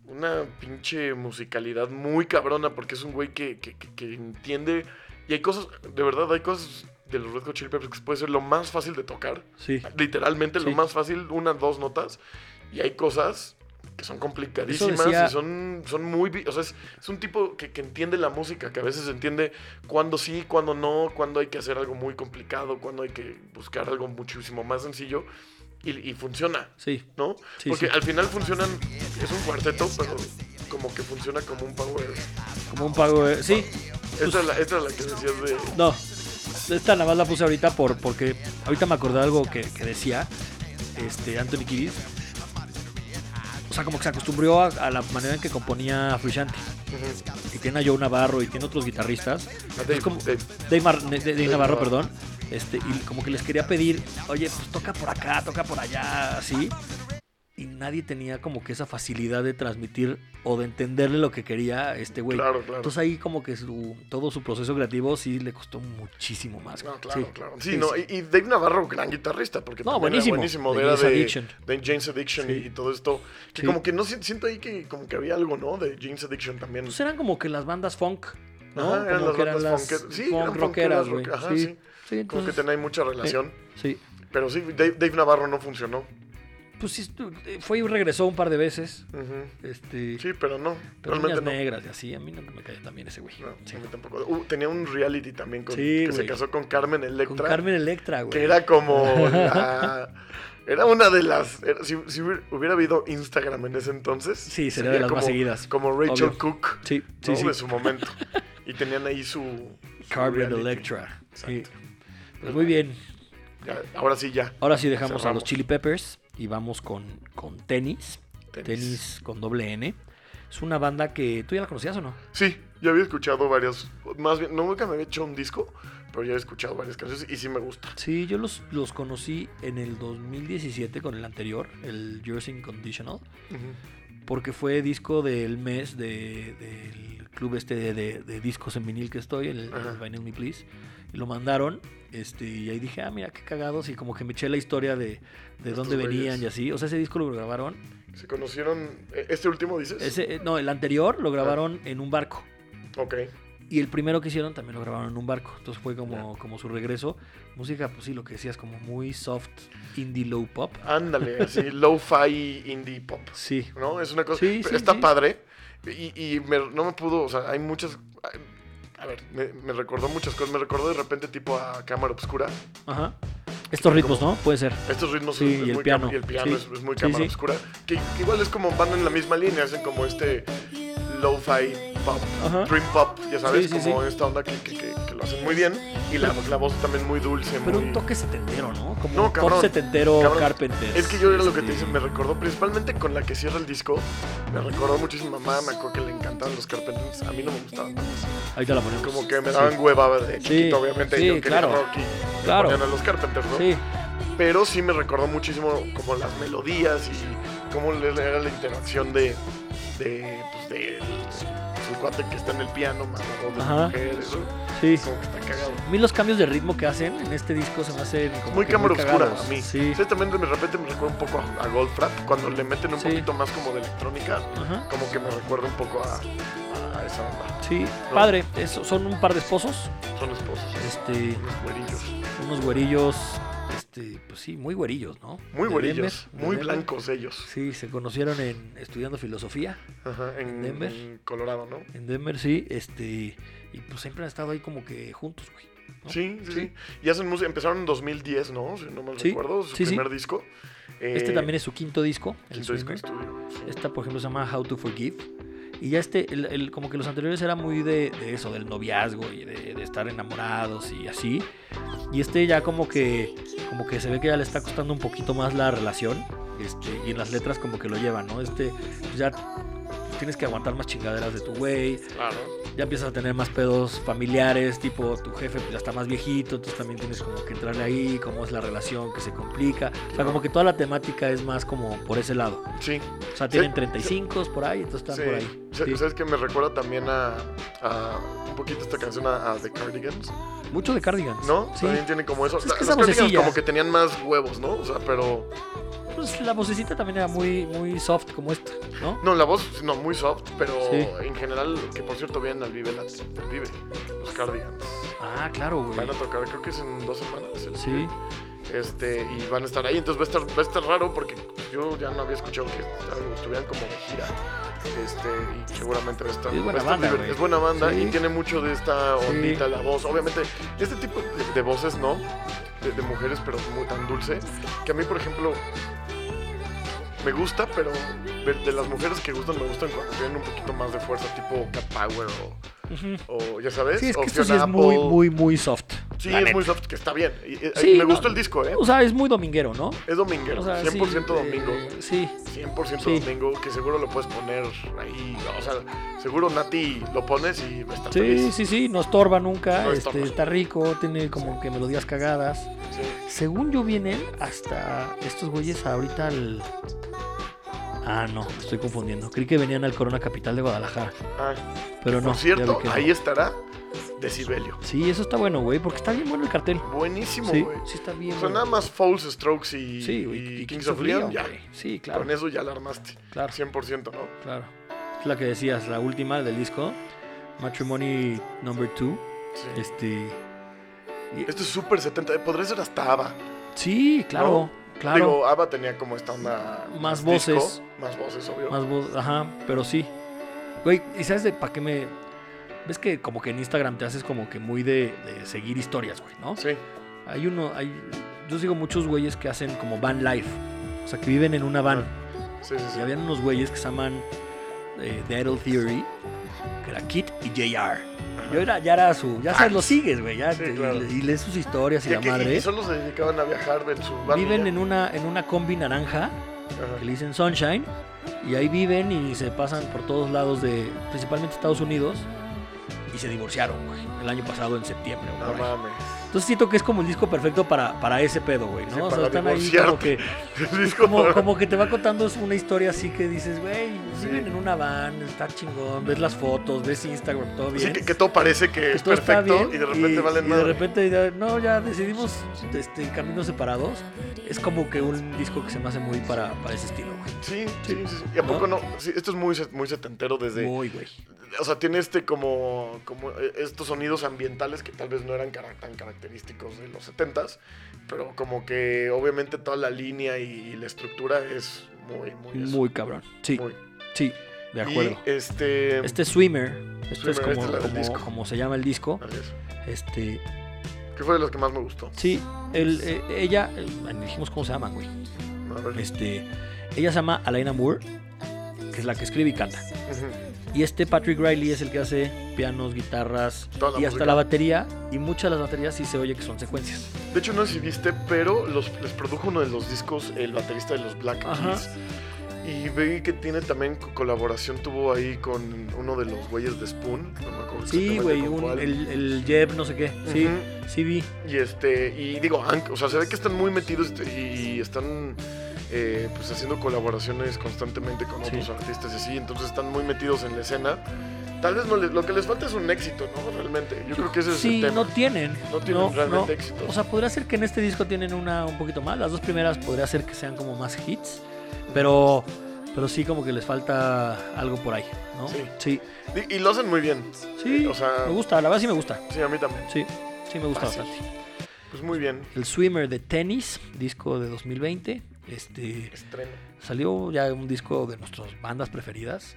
S2: una pinche musicalidad muy cabrona porque es un güey que, que- que- que entiende y hay cosas, de verdad, hay cosas de los Red Hot Chili Peppers que puede ser lo más fácil de tocar,
S1: Sí.
S2: literalmente
S1: Sí.
S2: lo más fácil, unas dos notas y hay cosas que son complicadísimas
S1: Eso decía-
S2: y son, son muy, vi- o sea, es, es un tipo que, que entiende la música, que a veces entiende cuándo sí, cuándo no, cuándo hay que hacer algo muy complicado, cuándo hay que buscar algo muchísimo más sencillo y- y funciona.
S1: Sí.
S2: ¿no?
S1: Sí,
S2: Porque
S1: sí.
S2: al final funcionan, es un cuarteto, pero como que funciona como un power.
S1: Como un pago. de- Sí.
S2: Esta es la, esta es la que decías de...
S1: No, esta nada más la puse ahorita por, porque ahorita me acordé de algo que, que decía este, Anthony Kiddis. O sea, como que se acostumbró a, a la manera en que componía Frusciante.
S2: Ujú.
S1: Y tiene a Joe Navarro y tiene otros guitarristas.
S2: A
S1: Es
S2: Dave,
S1: como-
S2: Dave.
S1: Dave, Mar- de- de- Dave
S2: Dave
S1: Navarro,
S2: Navarro.
S1: perdón. Este, y como que les quería pedir, oye, pues toca por acá, toca por allá, así. Y nadie tenía como que esa facilidad de transmitir o de entenderle lo que quería este güey.
S2: Claro, claro.
S1: Entonces ahí como que su- todo su proceso creativo sí le costó muchísimo más. güey.
S2: No, claro,
S1: sí.
S2: claro. Sí, no, y- Y, Dave Navarro, gran guitarrista, porque
S1: No,
S2: también era
S1: buenísimo.
S2: buenísimo.
S1: De
S2: era
S1: Jane's
S2: de,
S1: Addiction.
S2: de James Addiction
S1: Sí.
S2: y, y todo esto. Que
S1: Sí.
S2: como que no si- siento ahí que como que había algo, ¿no? De James Addiction también.
S1: Pues eran como que las bandas funk ¿no?
S2: Ajá, eran
S1: como
S2: las
S1: que eran
S2: bandas
S1: las
S2: funkeras. Sí,
S1: funk
S2: eran
S1: rockeras,
S2: funkeras,
S1: güey.
S2: rock- ajá,
S1: Sí,
S2: sí.
S1: sí,
S2: Como que
S1: entonces,
S2: tenía mucha relación.
S1: sí.
S2: Pero sí, Dave, Dave Navarro no funcionó.
S1: Pues sí, estu- eh, fue y regresó un par de veces.
S2: Ujú.
S1: Este,
S2: Sí, pero no.
S1: pero
S2: realmente
S1: uñas
S2: no.
S1: negras y así. A mí no me cae también ese güey.
S2: No,
S1: Sí.
S2: a mí tampoco. Uh, tenía un reality también con,
S1: Sí,
S2: que se
S1: güey.
S2: casó con Carmen Electra.
S1: Con Carmen Electra, güey.
S2: Que era como la- Era una de las... era- si, si hubiera hubiera habido Instagram en ese entonces...
S1: Sí, sería de las más seguidas,
S2: Como Rachel
S1: obvio.
S2: Cook,
S1: Sí, sí,
S2: ¿no?
S1: sí.
S2: De su momento. Y tenían ahí su... su
S1: Carmen
S2: reality.
S1: Electra. Sí.
S2: Exacto.
S1: Pues muy bien.
S2: Ya, ahora sí ya.
S1: Ahora sí dejamos a
S2: Cerramos.
S1: los Chili Peppers y vamos con, con tenis.
S2: Tenis.
S1: tenis. con doble N. Es una banda que. ¿Tú ya la conocías o no?
S2: Sí, yo había escuchado varias... Más bien, no, nunca me había hecho un disco, pero ya he escuchado varias canciones y sí me gusta.
S1: Sí, yo los, los conocí en el 2017 con el anterior, el Yours Inconditional,
S2: Ujú.
S1: porque fue disco del mes de- del club este de, de- de discos en vinil que estoy, el, el
S2: Ajá.
S1: Vinyl Me Please. Y lo mandaron, este, y ahí dije, ah, mira qué cagados, y como que me eché la historia de, de
S2: Estos
S1: dónde venían
S2: güeyes.
S1: y así. O sea, ese disco lo grabaron.
S2: Se conocieron... eh, ¿Este último dices?
S1: Ese, eh, no, el anterior lo grabaron en un barco.
S2: Ok.
S1: Y el primero que hicieron también lo grabaron en un barco. Entonces fue como, como su regreso. Música, pues sí, lo que decías, como muy soft, indie low pop.
S2: Ándale, así, lo-fi indie pop.
S1: Sí.
S2: ¿no? Es una cosa.
S1: Sí, sí,
S2: está
S1: sí.
S2: padre. Y, y me- no me pudo, o sea, hay muchas. A ver, me, me recordó muchas cosas. Me recordó de repente tipo a Cámara Obscura.
S1: Ajá. Estos ritmos, ¿no? Puede ser.
S2: Estos ritmos
S1: Sí,
S2: es-
S1: y
S2: es
S1: el
S2: muy
S1: piano.
S2: cam- y el piano
S1: Sí.
S2: es, es muy
S1: Sí,
S2: Cámara
S1: sí.
S2: Obscura. Que, que igual es como van en la misma línea, hacen como este lo-fi pop,
S1: Ajá.
S2: dream pop, ya sabes,
S1: Sí, sí,
S2: como
S1: sí.
S2: esta onda que, que- que- que lo hacen muy bien. Y la, la voz también muy dulce.
S1: Pero
S2: muy-
S1: un toque setentero, ¿no? Como
S2: No,
S1: un pop
S2: cabrón.
S1: setentero
S2: Cabrón,
S1: Carpenter.
S2: Es que yo era lo que te
S1: este,
S2: dije, me recordó principalmente con la que cierra el disco. Me recordó muchísimo a mi mamá, me acuerdo que le encantaban los carpenters. A mí no me gustaban tanto.
S1: Ahorita la ponemos.
S2: Como que me daban hueva de
S1: Sí,
S2: chiquito, obviamente.
S1: sí,
S2: y yo quería
S1: claro.
S2: rock y me
S1: Claro.
S2: ponían a los carpenters, ¿no?
S1: Sí.
S2: Pero sí me recordó muchísimo como las melodías y cómo le- era la interacción de. de. pues de. el cuate que está en el piano, más o de la
S1: Ajá.
S2: mujer, eso.
S1: Sí.
S2: Como que está cagado.
S1: A mí los cambios de ritmo que hacen en este disco se me hacen como
S2: muy
S1: que
S2: cámara oscura
S1: cagados.
S2: a mí.
S1: Sí.
S2: Sí, también de repente me recuerda un poco a, a Goldfrapp, cuando le meten un
S1: Sí.
S2: poquito más como de electrónica,
S1: Ajá.
S2: como que me recuerda un poco a, a esa onda.
S1: Sí. Padre, eso, son un par de esposos.
S2: Son esposos,
S1: Este.
S2: son unos güerillos.
S1: unos güerillos, este, pues sí, muy güerillos, ¿no?
S2: Muy
S1: De
S2: güerillos,
S1: Denver, de
S2: muy
S1: Denver.
S2: blancos ellos.
S1: Sí, se conocieron en estudiando filosofía
S2: Ajá, en,
S1: Denver.
S2: en Colorado, ¿no?
S1: en Denver, sí, este, y pues siempre han estado ahí como que juntos, güey. ¿no?
S2: Sí, sí,
S1: Sí.
S2: sí. Y hacen música, empezaron en 2010, ¿no? Si no mal
S1: Sí,
S2: recuerdo, su
S1: sí, sí.
S2: primer disco.
S1: Este también es su quinto disco, el
S2: Eh, quinto disco de
S1: Swimmer.
S2: estudio.
S1: Esta, por ejemplo, se llama How to Forgive. Y ya este, el- el- como que los anteriores era muy de, de eso, del noviazgo y de, de estar enamorados y así. Y este ya como que, como que se ve que ya le está costando un poquito más la relación. Este, y en las letras como que lo llevan, ¿no? Este, pues ya tienes que aguantar más chingaderas de tu güey.
S2: Claro.
S1: Ya empiezas a tener más pedos familiares, tipo tu jefe pues, ya está más viejito, entonces también tienes como que entrarle ahí, cómo es la relación que se complica. O sea, como que toda la temática es más como por ese lado.
S2: Sí,
S1: O sea, tienen
S2: Sí.
S1: 35 por ahí, entonces están
S2: sí.
S1: por ahí.
S2: Sa-
S1: Sí.
S2: ¿Sabes que me recuerda también a, a un poquito esta canción a, a The Cardigans?
S1: Mucho de Cardigans.
S2: ¿No?
S1: Sí.
S2: También tiene como eso.
S1: Es que
S2: La-
S1: esa
S2: las críticas
S1: vocecilla.
S2: como que tenían más huevos, ¿no? O sea, pero.
S1: Pues la vocecita también era muy, muy soft como esta, ¿no?
S2: No, la voz, no, muy soft, pero
S1: Sí.
S2: en general, que por cierto vienen al Vive Lat- al Vive, los Cardigans.
S1: Ah, claro, güey.
S2: Van a tocar, creo que es en dos semanas. el
S1: Sí.
S2: Vive. Este, y van a estar ahí, entonces va a estar, va a estar raro porque yo ya no había escuchado que algo- estuvieran como de gira. Este, y seguramente va a estar.
S1: Es buena
S2: va a estar
S1: banda,
S2: divertido.
S1: güey.
S2: Es buena banda
S1: Sí.
S2: y tiene mucho de esta
S1: Sí.
S2: ondita la voz. Obviamente, este tipo de, de voces, ¿no? De, de mujeres, pero muy tan dulce. Que a mí, por ejemplo, me gusta, pero de, de las mujeres que gustan, me gustan cuando tienen un poquito más de fuerza, tipo Cat Power
S1: Ujú.
S2: o, o, ya sabes,
S1: Sí, es
S2: o
S1: que esto sí
S2: Fiona
S1: es muy,
S2: Apple.
S1: muy, muy soft.
S2: Sí,
S1: la
S2: es
S1: neta.
S2: muy soft, que está bien. Y, y-
S1: Sí,
S2: me
S1: no.
S2: gustó el disco, ¿eh?
S1: O sea, es muy dominguero, ¿no?
S2: Es dominguero,
S1: O sea,
S2: 100%
S1: sí,
S2: domingo.
S1: eh, sí.
S2: 100%
S1: sí.
S2: domingo, que seguro lo puedes poner ahí. O sea, seguro Nati lo pones y va a estar
S1: Sí,
S2: feliz.
S1: sí, sí, no estorba nunca,
S2: No
S1: este,
S2: estorba.
S1: está rico, tiene como que melodías cagadas.
S2: Sí.
S1: Según yo vienen hasta estos güeyes ahorita al... Ah, no, me estoy confundiendo. Creí que venían al Corona Capital de Guadalajara,
S2: Ah,
S1: pero no.
S2: por
S1: ya vi
S2: cierto,
S1: que no.
S2: ahí estará Decibelio.
S1: Sí, eso está bueno, güey, porque está bien bueno el cartel.
S2: Buenísimo,
S1: Sí,
S2: güey.
S1: sí está
S2: O
S1: bien.
S2: sea,
S1: güey.
S2: nada más Fouls, Strokes y,
S1: Sí,
S2: y
S1: güey,
S2: Kings, of Leon, ya.
S1: güey. Sí, claro.
S2: Con eso ya la armaste.
S1: Claro,
S2: 100%, ¿no?
S1: claro. Es la que decías, la última del disco. Matrimony Number 2.
S2: Sí.
S1: Este. y-
S2: Esto es súper 70. Podría ser hasta ABBA.
S1: Sí, claro, claro.
S2: Digo, ABBA tenía como esta onda.
S1: Más
S2: disco,
S1: voces.
S2: más voces, obvio.
S1: Más voz, ajá, pero sí. Güey, ¿y sabes de para qué me.? Ves que como que en Instagram te haces como que muy de, de seguir historias, güey, ¿no?
S2: Sí.
S1: Hay uno, hay. Yo sigo muchos güeyes que hacen como van life. O sea, que viven en una van.
S2: Sí, sí, sí.
S1: Y habían unos güeyes que se llaman eh, The Idol Theory, que era Kit y JR. Yo era, ya era su. Ya sabes, lo sigues, güey. ya
S2: Ah. Sí,
S1: te- y
S2: claro.
S1: le- y, lees sus historias y
S2: Ya
S1: la
S2: que- y-
S1: madre.
S2: y solo se dedicaban a viajar en su van.
S1: Viven en una, en una combi naranja que le dicen Sunshine, y ahí viven y se pasan por todos lados de, principalmente Estados Unidos, y se divorciaron, güey, el año pasado en septiembre. o
S2: No
S1: por ahí.
S2: mames.
S1: Entonces siento que es como el disco perfecto para, para ese pedo, güey, ¿no?
S2: Sí,
S1: o sea,
S2: para
S1: están ahí como
S2: divorciarte.
S1: que,
S2: El disco
S1: como,
S2: para-
S1: como que te va contando una historia así que dices, güey,
S2: Sí.
S1: viven en una van, está chingón, ves las fotos, ves Instagram, todo bien.
S2: pues Sí, que, que todo parece que es
S1: Todo está
S2: perfecto
S1: bien,
S2: y de repente valen
S1: y
S2: nada.
S1: de repente ya, no, ya decidimos este, caminos separados. Es como que un disco que se me hace muy para, para ese estilo, güey.
S2: Sí, sí, sí, sí. ¿Y a poco no? Sí, esto es muy, set- muy setentero desde...
S1: Muy, güey.
S2: O sea, tiene este como, como eh, estos sonidos ambientales que tal vez no eran cara- tan característicos de los 70s, pero como que obviamente toda la línea y, y la estructura es muy, muy... eso,
S1: Muy cabrón. Sí,
S2: muy.
S1: sí, de acuerdo.
S2: Y este...
S1: Este es Swimmer, este
S2: Swimmer,
S1: es como,
S2: este es el
S1: como,
S2: disco. Ah.
S1: como se llama el disco.
S2: Así es.
S1: Este,
S2: ¿Qué fue de los que más me gustó?
S1: sí, el, eh, ella, eh, ni dijimos cómo se llaman, güey.
S2: A ver.
S1: Este, ella se llama Alaina Moore, que es la que escribe y canta.
S2: Ujú.
S1: Y este Patrick Riley es el que hace pianos, guitarras
S2: Toda la
S1: y hasta
S2: música.
S1: la batería. Y muchas de las baterías sí se oye que son secuencias.
S2: De hecho, no sé si viste, pero los, les produjo uno de los discos el baterista de los Black
S1: Ajá.
S2: Keys. Y vi que tiene también co- colaboración, tuvo ahí con uno de los güeyes de Spoon. No me acuerdo
S1: Sí,
S2: exactamente
S1: güey,
S2: con
S1: un-
S2: cuál.
S1: el, el Jeb, no sé qué. Sí,
S2: Ujú.
S1: sí vi.
S2: Y este, y digo, han- o sea, se ve que están muy metidos y están eh, pues haciendo colaboraciones constantemente con
S1: Sí.
S2: otros artistas y así, entonces están muy metidos en la escena. Tal vez no les- lo que les falta es un éxito, ¿no? Realmente. Yo creo que ese es
S1: sí,
S2: el tema.
S1: no tienen.
S2: No tienen realmente éxito.
S1: O sea, podría ser que en este disco tienen una un poquito más. Las dos primeras podría ser que sean como más hits. Pero, pero sí como que les falta algo por ahí, ¿no?
S2: Sí.
S1: Sí,
S2: Y, y lo hacen muy bien.
S1: sí,
S2: O sea,
S1: me gusta, la verdad sí me gusta.
S2: sí, a mí también.
S1: Sí, sí me gusta
S2: Fácil.
S1: bastante.
S2: Pues muy bien.
S1: El Swimmer de Tennis, disco de 2020. Este,
S2: Estreno.
S1: salió ya un disco de nuestras bandas preferidas.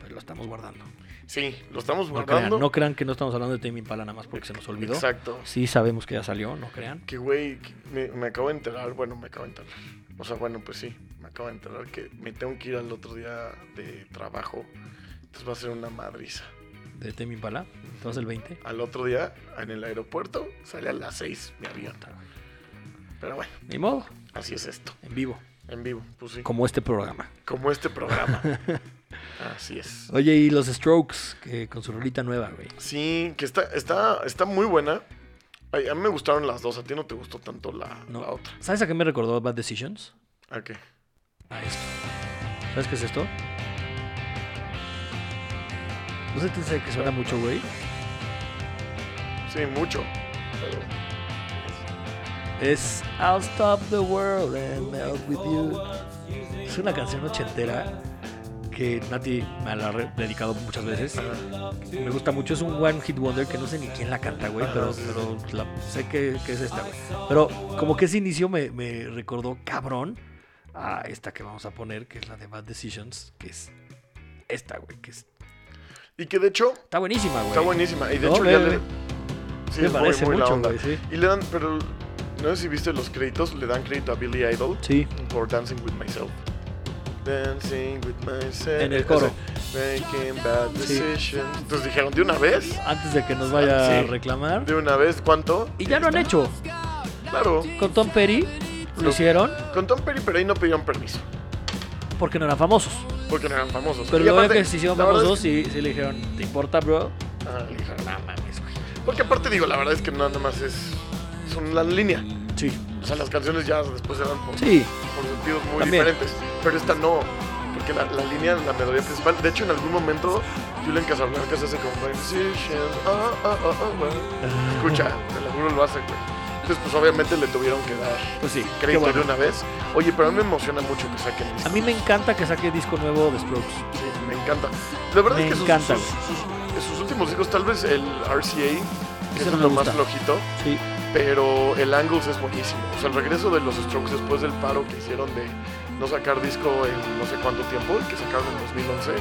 S1: Pero lo estamos guardando.
S2: Sí, lo estamos
S1: No crean,
S2: guardando.
S1: no crean que no estamos hablando de Tame Impala nada más porque se nos olvidó.
S2: Exacto.
S1: Sí sabemos que ya salió, no crean.
S2: Que güey, que me, me acabo de enterar, bueno, me acabo de enterar. O sea, bueno, pues sí, me acabo de enterar que me tengo que ir al otro día de trabajo. Entonces va a ser una madriza.
S1: De Tame Impala, entonces el 20.
S2: Al otro día, en el aeropuerto, sale a las 6 mi avión. Pero bueno,
S1: Ni modo,
S2: así es esto,
S1: en vivo,
S2: en vivo, pues sí.
S1: como este programa.
S2: Como este programa. así es.
S1: Oye, y los Strokes, que con su rolita nueva, güey.
S2: Sí, que está, está, está muy buena. Ay, a mí me gustaron las dos, a ti no te gustó tanto la,
S1: No.
S2: la otra.
S1: ¿Sabes a qué me recordó Bad Decisions?
S2: ¿A qué?
S1: A esto. ¿Sabes qué es esto? No sé si que suena mucho, güey.
S2: Sí, mucho. Pero-
S1: Es I'll Stop the World and Melt With You. Es una canción ochentera que Nati me la ha re- dedicado muchas veces. Me gusta mucho, es un One Hit Wonder que no sé ni quién la canta, güey, pero, pero la- sé que, que es esta, güey. Pero como que ese inicio me, me recordó cabrón a esta que vamos a poner, que es la de Bad Decisions, que es esta, güey, que es-
S2: Y que de hecho
S1: está buenísima, güey.
S2: Está buenísima. Y de
S1: No,
S2: hecho
S1: ve,
S2: ya
S1: ve,
S2: le.
S1: ve.
S2: Sí,
S1: me
S2: es muy,
S1: parece
S2: muy la
S1: mucho,
S2: onda.
S1: güey, sí.
S2: Y le dan, pero no sé si viste los créditos, le dan crédito a Billy Idol
S1: Sí,
S2: por Dancing with Myself. Dancing with myself.
S1: En el coro.
S2: Ese, Making bad
S1: Sí.
S2: decisions. Entonces dijeron, ¿de una vez?
S1: antes de que nos vaya a
S2: Sí.
S1: reclamar.
S2: ¿De una vez cuánto?
S1: Y ya lo han hecho.
S2: Claro.
S1: Con Tom Perry lo
S2: Lo-
S1: hicieron
S2: Con Tom Perry, pero ahí no pidieron permiso.
S1: porque no eran famosos.
S2: Porque no eran famosos.
S1: Pero
S2: Y
S1: luego
S2: aparte,
S1: que se hicieron
S2: la verdad
S1: famosos,
S2: es
S1: sí, sí le dijeron, ¿te importa, bro?
S2: que- Ah, Ajá, le dijeron, "No, man".
S1: Mames, güey.
S2: Porque aparte, digo, la verdad es que no, nada más es. Son la línea.
S1: Sí.
S2: O sea, las canciones ya después eran por,
S1: Sí.
S2: por sentidos muy
S1: También.
S2: diferentes. Pero esta no, porque la, la línea, la melodía principal. De hecho, en algún momento, Julian Casablancas hace como. "My decision, ah, ah, ah, ah, bueno". Escucha, te lo juro, lo hace, güey. Entonces, pues obviamente le tuvieron que dar
S1: Pues sí, qué
S2: crédito
S1: bueno.
S2: de una vez. Oye, pero a mí me emociona mucho que saquen esto.
S1: A mí me encanta que saque disco nuevo de Strokes.
S2: Sí, me encanta. La verdad
S1: Me
S2: es que sus-
S1: encanta,
S2: sus, sus sus últimos discos, tal vez el RCA, que
S1: Ese
S2: es
S1: no me
S2: lo más
S1: gusta.
S2: flojito,
S1: Sí.
S2: pero el Angles es buenísimo. O sea, el regreso de los Strokes después del paro que hicieron de no sacar disco en no sé cuánto tiempo, el que sacaron en 2011,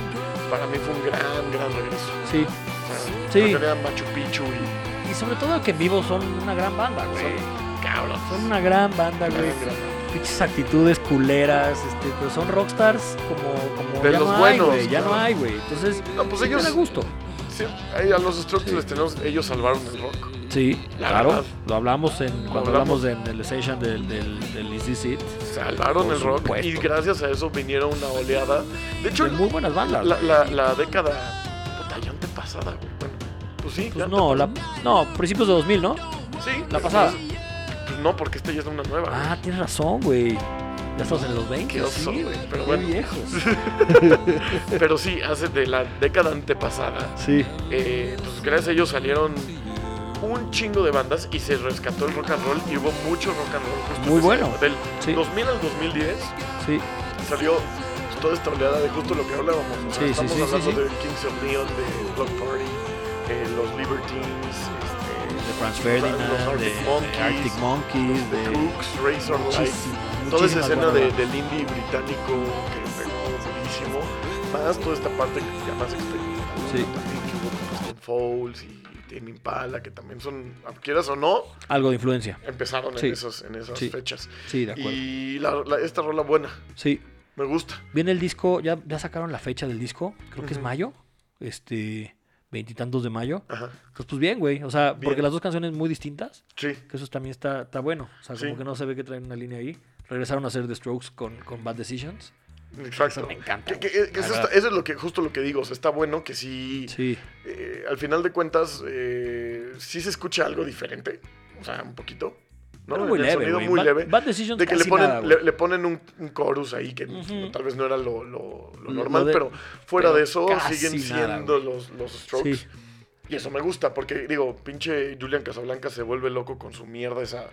S2: para mí fue un gran, gran regreso.
S1: Sí.
S2: O sea,
S1: Sí.
S2: creo que era Machu Picchu y...
S1: Y sobre todo que en vivo son una gran banda, güey.
S2: Sí, cabrón.
S1: Son una gran banda,
S2: Gran,
S1: güey.
S2: gran.
S1: Pinches actitudes culeras, este, pero son rockstars como, como
S2: De
S1: ya
S2: los
S1: no
S2: buenos,
S1: hay, güey. Ya no
S2: claro.
S1: hay, güey. Entonces,
S2: No, pues
S1: sí te
S2: ellos-
S1: da gusto.
S2: Sí, ahí a los Strokes
S1: Sí.
S2: les tenemos, ellos salvaron el rock.
S1: Sí,
S2: La
S1: claro.
S2: verdad.
S1: Lo hablamos en cuando hablamos,
S2: hablamos.
S1: en el session del, del, del Is This It.
S2: Salvaron
S1: Por
S2: el rock y
S1: supuesto.
S2: gracias a eso vinieron una oleada. De hecho,
S1: De muy buenas bandas.
S2: la,
S1: güey.
S2: la- la década puta, ya antepasada, güey. Bueno, pues sí, ya
S1: Pues no, la, no, principios de 2000, ¿no?
S2: antepasada. sí,
S1: la pasada.
S2: pues- pues no, porque esta ya es una nueva.
S1: Ah, tienes razón, güey. Ya estamos en los 20.
S2: Qué oso,
S1: sí,
S2: güey, pero
S1: qué
S2: bueno.
S1: viejos.
S2: güey. Pero sí, hace de la década antepasada.
S1: Sí.
S2: eh, pues gracias a ellos salieron un chingo de bandas y se rescató el rock and roll y hubo mucho rock and roll. justo
S1: Muy
S2: en
S1: bueno.
S2: esa- Del
S1: Sí.
S2: 2000 al 2010.
S1: Sí,
S2: salió pues, toda esta oleada de justo lo que hablábamos. O sea,
S1: Sí, sí,
S2: estamos
S1: sí, sí,
S2: hablando
S1: sí.
S2: de Kings of Leon, de Block Party, eh, los Libertines, este,
S1: de Franz Ferdinand,
S2: los
S1: de,
S2: Arctic
S1: de
S2: Monkeys,
S1: Arctic Monkeys,
S2: The
S1: de
S2: Crooks, Razor Light.
S1: muchísimas-
S2: Toda esa
S1: muchísimas
S2: escena de-
S1: bandas.
S2: del indie británico que pegó durísimo, más toda esta parte que ya más experimental,
S1: Sí.
S2: también que hubo pues, con Fowls y Tame Impala, que también son, quieras o no,
S1: Algo de influencia.
S2: empezaron
S1: Sí.
S2: en esas, en esas
S1: Sí.
S2: fechas.
S1: Sí, de acuerdo.
S2: Y la- la- esta rola buena,
S1: Sí.
S2: me gusta.
S1: Viene el disco, ya, ya sacaron la fecha del disco, creo que es
S2: Ujú.
S1: mayo, este, veintitantos de mayo.
S2: Ajá.
S1: Pues, pues bien, güey, o sea, porque
S2: Bien.
S1: las dos canciones muy distintas,
S2: Sí.
S1: que eso también está, está bueno, o sea, como
S2: Sí.
S1: que no se ve que traen una línea ahí. Regresaron a hacer The Strokes con, con Bad Decisions.
S2: Exacto.
S1: Eso me encanta,
S2: Que- que-
S1: güey.
S2: que
S1: La
S2: eso,
S1: verdad.
S2: está- eso es lo que, justo lo que digo. o sea, está bueno que sí.
S1: Sí,
S2: eh, al final de cuentas, eh, sí se escucha algo diferente. O sea, un poquito. ¿no?
S1: Pero muy
S2: El
S1: leve,
S2: sonido
S1: güey.
S2: muy
S1: Bad-
S2: leve.
S1: Bad Decisions
S2: de que le
S1: casi nada,
S2: ponen,
S1: güey.
S2: le, le ponen un, un chorus ahí que
S1: Ujú.
S2: tal vez no era lo, lo- lo
S1: Lo
S2: normal,
S1: de-
S2: pero fuera
S1: pero
S2: de eso
S1: casi
S2: siguen
S1: nada,
S2: siendo los, los strokes.
S1: Sí.
S2: Y eso me gusta, porque digo, pinche Julian Casablanca se vuelve loco con su mierda esa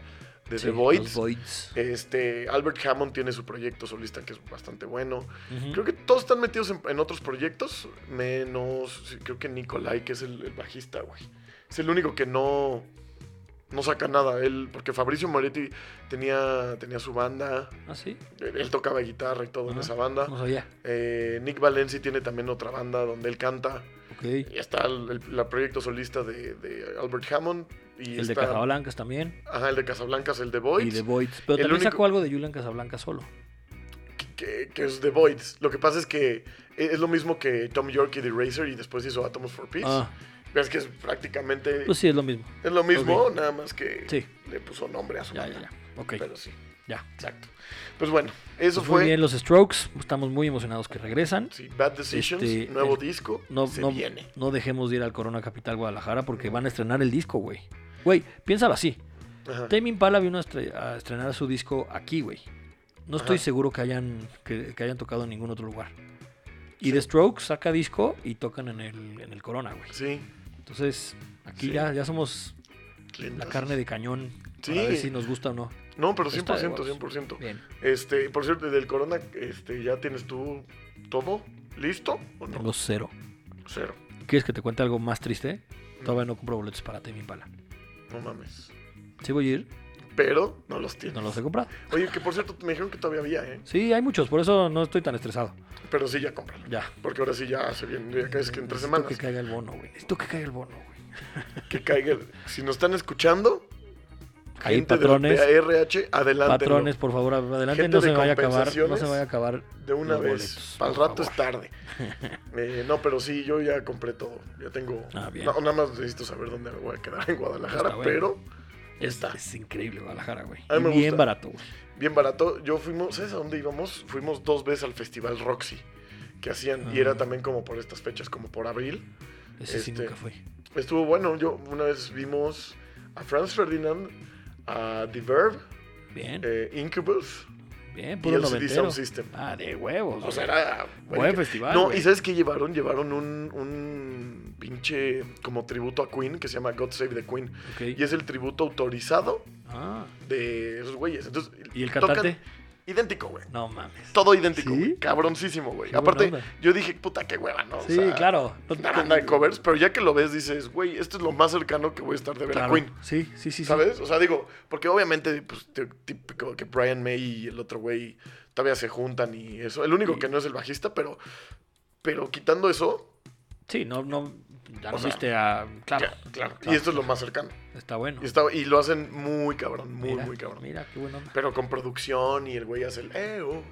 S2: de
S1: sí,
S2: The
S1: los
S2: Voids.
S1: Voids.
S2: Este, Albert Hammond tiene su proyecto solista que es bastante bueno.
S1: Ujú.
S2: Creo que todos están metidos en, en otros proyectos, menos sí, creo que Nikolai, que es el, el bajista, güey. Es el único que no, no saca nada. Él, porque Fabricio Moretti tenía, tenía su banda,
S1: Ah, sí,
S2: él él tocaba guitarra y todo en
S1: Ajá.
S2: esa banda.
S1: no sabía.
S2: Eh, Nick Valenci tiene también otra banda donde él canta.
S1: Ok.
S2: Y está el, el- el proyecto solista de, de Albert Hammond. Y
S1: el de
S2: está-
S1: Casablancas también.
S2: Ajá, el de Casablancas, el de Boyd.
S1: Y The Voids. Pero
S2: El
S1: también
S2: único-
S1: sacó algo de Julian Casablanca solo.
S2: que, que es The Voids. Lo que pasa es que e-, es es lo mismo que Tom York y The Racer y después hizo Atoms for Peace.
S1: Ah,
S2: Ves que es prácticamente
S1: pues sí, es lo mismo.
S2: es lo mismo,
S1: ok.
S2: nada más que
S1: Sí.
S2: le puso nombre a su
S1: Ya, ya,
S2: banda.
S1: ya. Ok,
S2: Pero sí,
S1: ya.
S2: exacto. Pues bueno, eso
S1: Pues
S2: fue
S1: Muy bien los Strokes. Estamos muy emocionados que regresan.
S2: sí, Bad Decisions,
S1: Este,
S2: nuevo
S1: el-
S2: disco,
S1: No,
S2: se
S1: no,
S2: viene.
S1: no dejemos de ir al Corona Capital Guadalajara porque van a estrenar el disco, güey. Güey, piénsalo así.
S2: Ajá.
S1: Tame Impala vino a, estre- a estrenar su disco aquí, güey. No estoy
S2: Ajá.
S1: seguro que hayan, que, que hayan tocado en ningún otro lugar. Y The Strokes saca disco y tocan en el, en el Corona, güey.
S2: Sí,
S1: Entonces, aquí
S2: Sí.
S1: ya, ya somos la
S2: lentazos.
S1: carne de cañón.
S2: Sí.
S1: Para ver si nos gusta o no.
S2: No, pero
S1: Está de
S2: 100%,
S1: huevos.
S2: 100%.
S1: Bien.
S2: Este, por cierto, del Corona, este, ¿ya tienes tú todo listo o no?
S1: Tengo cero.
S2: Cero.
S1: ¿Quieres que te cuente algo más triste?
S2: Mm.
S1: Todavía no compro boletos para Tame Impala.
S2: No mames.
S1: Sí voy a ir,
S2: Pero no los tienes.
S1: no los he comprado.
S2: Oye, que por cierto, me dijeron que todavía había, ¿eh?
S1: Sí, hay muchos, por eso no estoy tan estresado.
S2: Pero sí, ya cómpralo.
S1: Ya.
S2: Porque ahora sí ya se viene, ya es que en
S1: Necesito
S2: tres semanas.
S1: que caiga el bono, güey. Necesito que caiga el bono, güey.
S2: Que caiga. el- Si nos están escuchando,
S1: Ahí,
S2: gente de
S1: patrones.
S2: PRH, adelante.
S1: Patrones, por favor, adelante,
S2: Gente
S1: no se
S2: de
S1: me vaya a acabar. No
S2: compensaciones,
S1: se me vaya a acabar.
S2: De una
S1: los
S2: vez.
S1: boletos,
S2: Para el
S1: por
S2: rato es
S1: favor.
S2: tarde. Eh, no, pero sí, yo ya compré todo. Ya tengo.
S1: Ah, bien.
S2: No, nada más necesito saber dónde me voy a quedar en Guadalajara,
S1: Está bueno.
S2: pero
S1: Es,
S2: está.
S1: es increíble Guadalajara, güey.
S2: A mí
S1: Y
S2: me
S1: bien
S2: gusta.
S1: barato, güey.
S2: bien barato. Yo fuimos, ¿sabes a dónde íbamos? Fuimos dos veces al Festival Roxy que hacían y
S1: Ah.
S2: era también como por estas fechas, como por abril.
S1: Ese sí
S2: Este,
S1: nunca fue.
S2: Estuvo bueno. Yo una vez vimos a Franz Ferdinand, a The Verve,
S1: Bien,
S2: eh, Incubus.
S1: bien, puro
S2: LCD
S1: noventero.
S2: Sound System.
S1: Ah, de huevos.
S2: O sea,
S1: güey.
S2: era.
S1: Buen festival,
S2: No,
S1: güey.
S2: ¿y sabes qué llevaron? Llevaron un, un pinche como tributo a Queen que se llama God Save the Queen.
S1: Ok.
S2: Y es el tributo autorizado
S1: Ah,
S2: de esos güeyes. Entonces,
S1: ¿Y el
S2: tocan-
S1: cantante?
S2: Idéntico, güey.
S1: No mames.
S2: Todo idéntico,
S1: ¿Sí?
S2: güey. Cabroncísimo, güey.
S1: Qué
S2: Aparte,
S1: buena onda.
S2: yo dije, puta, qué hueva, ¿no? O
S1: Sí,
S2: sea,
S1: claro. No-
S2: Una banda de covers, pero ya que lo ves, dices, güey, esto es lo más cercano que voy a estar de ver a
S1: claro.
S2: Queen.
S1: Sí, sí, sí, sí.
S2: ¿Sabes? O sea, digo, porque obviamente, pues, te- típico que Brian May y el otro güey todavía se juntan y eso. El único que no es el bajista, pero, pero quitando eso,
S1: Sí, no, no. Ya
S2: O
S1: no
S2: sea,
S1: viste a. Claro.
S2: ya, claro.
S1: claro.
S2: Y esto es lo más cercano.
S1: Está bueno.
S2: Y, está- y lo hacen muy cabrón, muy,
S1: Mira,
S2: muy cabrón.
S1: Mira, qué buena onda.
S2: Pero con producción y el güey hace el eo.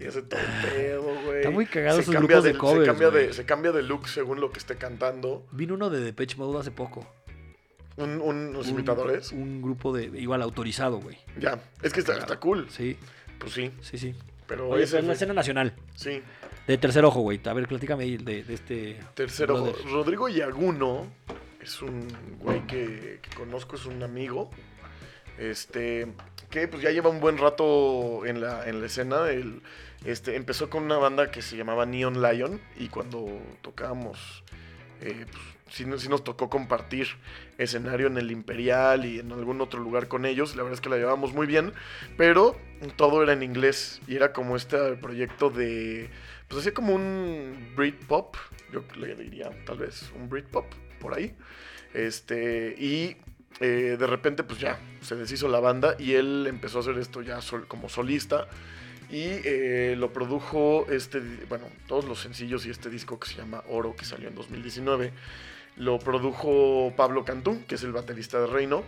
S2: Y hace todo el pedo, güey.
S1: Ah, Está muy cagado
S2: Se
S1: esos
S2: cambia
S1: grupos de
S2: se
S1: covers,
S2: cambia de-
S1: güey.
S2: se cambia de look según lo que esté cantando.
S1: Vino uno de Depeche Mode hace poco.
S2: Un, un- unos
S1: Un-
S2: imitadores.
S1: Un grupo de. Igual autorizado, güey.
S2: Ya. Es que está, está cool.
S1: Sí,
S2: Pues sí.
S1: sí, sí.
S2: Pero
S1: Oye,
S2: ese
S1: pero en la
S2: fue-
S1: escena nacional.
S2: Sí.
S1: De tercer ojo, güey. A ver, platícame ahí de, de este.
S2: Tercero,
S1: brother.
S2: Rodrigo Yaguno es un güey que, que conozco, es un amigo. Este, que pues ya lleva un buen rato en la, en la escena. Él, este, empezó con una banda que se llamaba Neon Lion y cuando tocábamos, eh, pues, sí, nos- sí nos tocó compartir escenario en el Imperial y en algún otro lugar con ellos. La verdad es que la llevábamos muy bien, pero todo era en inglés y era como este proyecto de pues hacía como un Britpop, yo le diría tal vez un Britpop por ahí. Este, y eh, de repente pues ya se deshizo la banda y él empezó a hacer esto ya sol- como solista y eh, lo produjo este, di- bueno, todos los sencillos y este disco que se llama Oro que salió en 2019. Lo produjo Pablo Cantú, que es el baterista de Reino.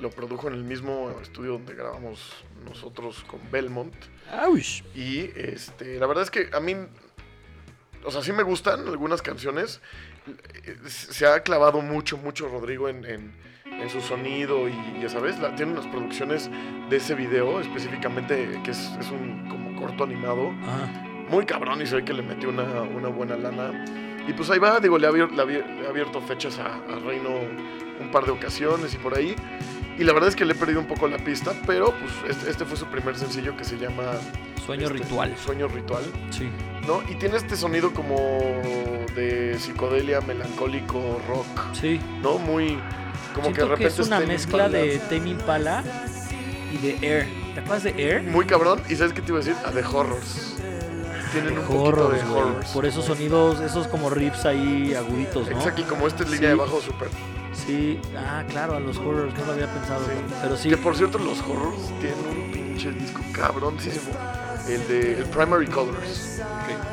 S2: Lo produjo en el mismo estudio donde grabamos nosotros con Belmont.
S1: ¡Auch!
S2: Y este, la verdad es que a mí, o sea, sí me gustan algunas canciones. Eh, Se ha clavado mucho, mucho Rodrigo en, en- en su sonido y ya sabes, la- tiene unas producciones de ese video específicamente que es, es un como corto animado
S1: Ajá.
S2: muy cabrón y se ve que le metió una, una buena lana. Y pues ahí va, digo, le ha abier- le ha abier- le ha abierto fechas a, a Reino un par de ocasiones y por ahí. Y la verdad es que le he perdido un poco la pista, pero pues este, este fue su primer sencillo que se llama
S1: Sueño
S2: este,
S1: ritual.
S2: Sueño ritual,
S1: Sí.
S2: ¿no? Y tiene este sonido como de psicodelia, melancólico, rock,
S1: Sí.
S2: ¿no? Muy. Como que de
S1: Siento que,
S2: repente
S1: es una
S2: está en
S1: mezcla
S2: Impala.
S1: de Tame Impala y de Air. ¿Te acuerdas de Air?
S2: Muy cabrón, y ¿sabes qué te iba a decir? A The Horrors. Tienen un poquito
S1: Horrors,
S2: de
S1: güey.
S2: Horrors.
S1: Por esos sonidos, esos como riffs ahí aguditos, ¿no?
S2: Exacto, y como esta es línea de
S1: Sí.
S2: bajo súper.
S1: Sí. Ah, claro, a los horrors, no lo había pensado.
S2: Sí.
S1: Pero sí.
S2: Que por cierto, los Horrors tienen un pinche disco cabroncísimo. El de el Primary Colors.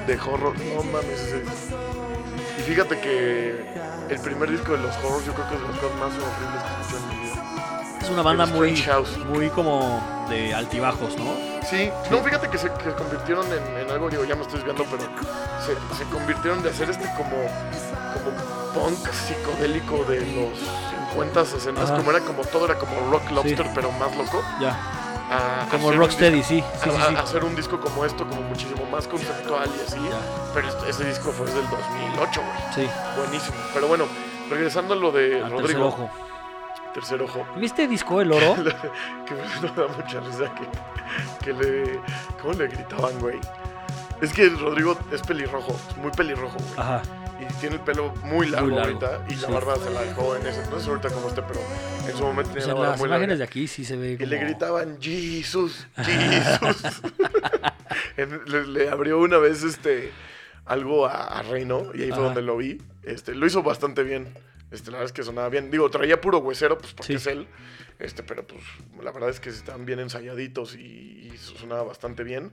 S2: De Horror. No mames. ese- Y fíjate que el primer disco de los Horrors yo creo que es de las cosas más horribles que he escuchado en mi vida.
S1: Es una banda
S2: El
S1: muy,
S2: Strange House.
S1: muy como de altibajos, ¿no?
S2: Sí, no, fíjate que se que convirtieron en, en algo, digo, ya me estoy desviando, pero se, se convirtieron de hacer este como, como punk psicodélico de los 50, 60,
S1: Ajá.
S2: como era como todo, era como rock lobster,
S1: Sí.
S2: pero más loco.
S1: Ya.
S2: a
S1: Como
S2: hacer un
S1: Rocksteady,
S2: disco-
S1: sí. Sí,
S2: a-
S1: sí,
S2: a
S1: sí.
S2: hacer un disco como esto, como muchísimo más conceptual y así.
S1: Ya.
S2: Pero este- ese disco fue del 2008, güey.
S1: Sí.
S2: Buenísimo. Pero bueno, regresando a lo de
S1: Al tercer
S2: Rodrigo,
S1: ojo.
S2: tercer ojo.
S1: ¿Viste disco El Oro?
S2: que me da mucha risa que, que le. ¿Cómo le gritaban, güey? Es que el Rodrigo es pelirrojo, es muy pelirrojo, güey.
S1: Ajá.
S2: Y tiene el pelo muy largo,
S1: Muy largo,
S2: ahorita. Y la
S1: sí.
S2: barba se la dejó en ese. No sé ahorita cómo esté, pero en su momento
S1: O
S2: tenía
S1: sea, en
S2: la barba
S1: las
S2: muy
S1: imágenes
S2: larga.
S1: de aquí sí se ve
S2: Y
S1: como...
S2: le gritaban, Jesus, Jesus. En- le, le abrió una vez este algo a, a Reino y ahí fue
S1: Ajá.
S2: donde lo vi. Este, lo hizo bastante bien. Este, la verdad es que sonaba bien. Digo, traía puro huesero, pues porque
S1: Sí.
S2: es él. Este, pero pues la verdad es que estaban bien ensayaditos y, y sonaba bastante bien.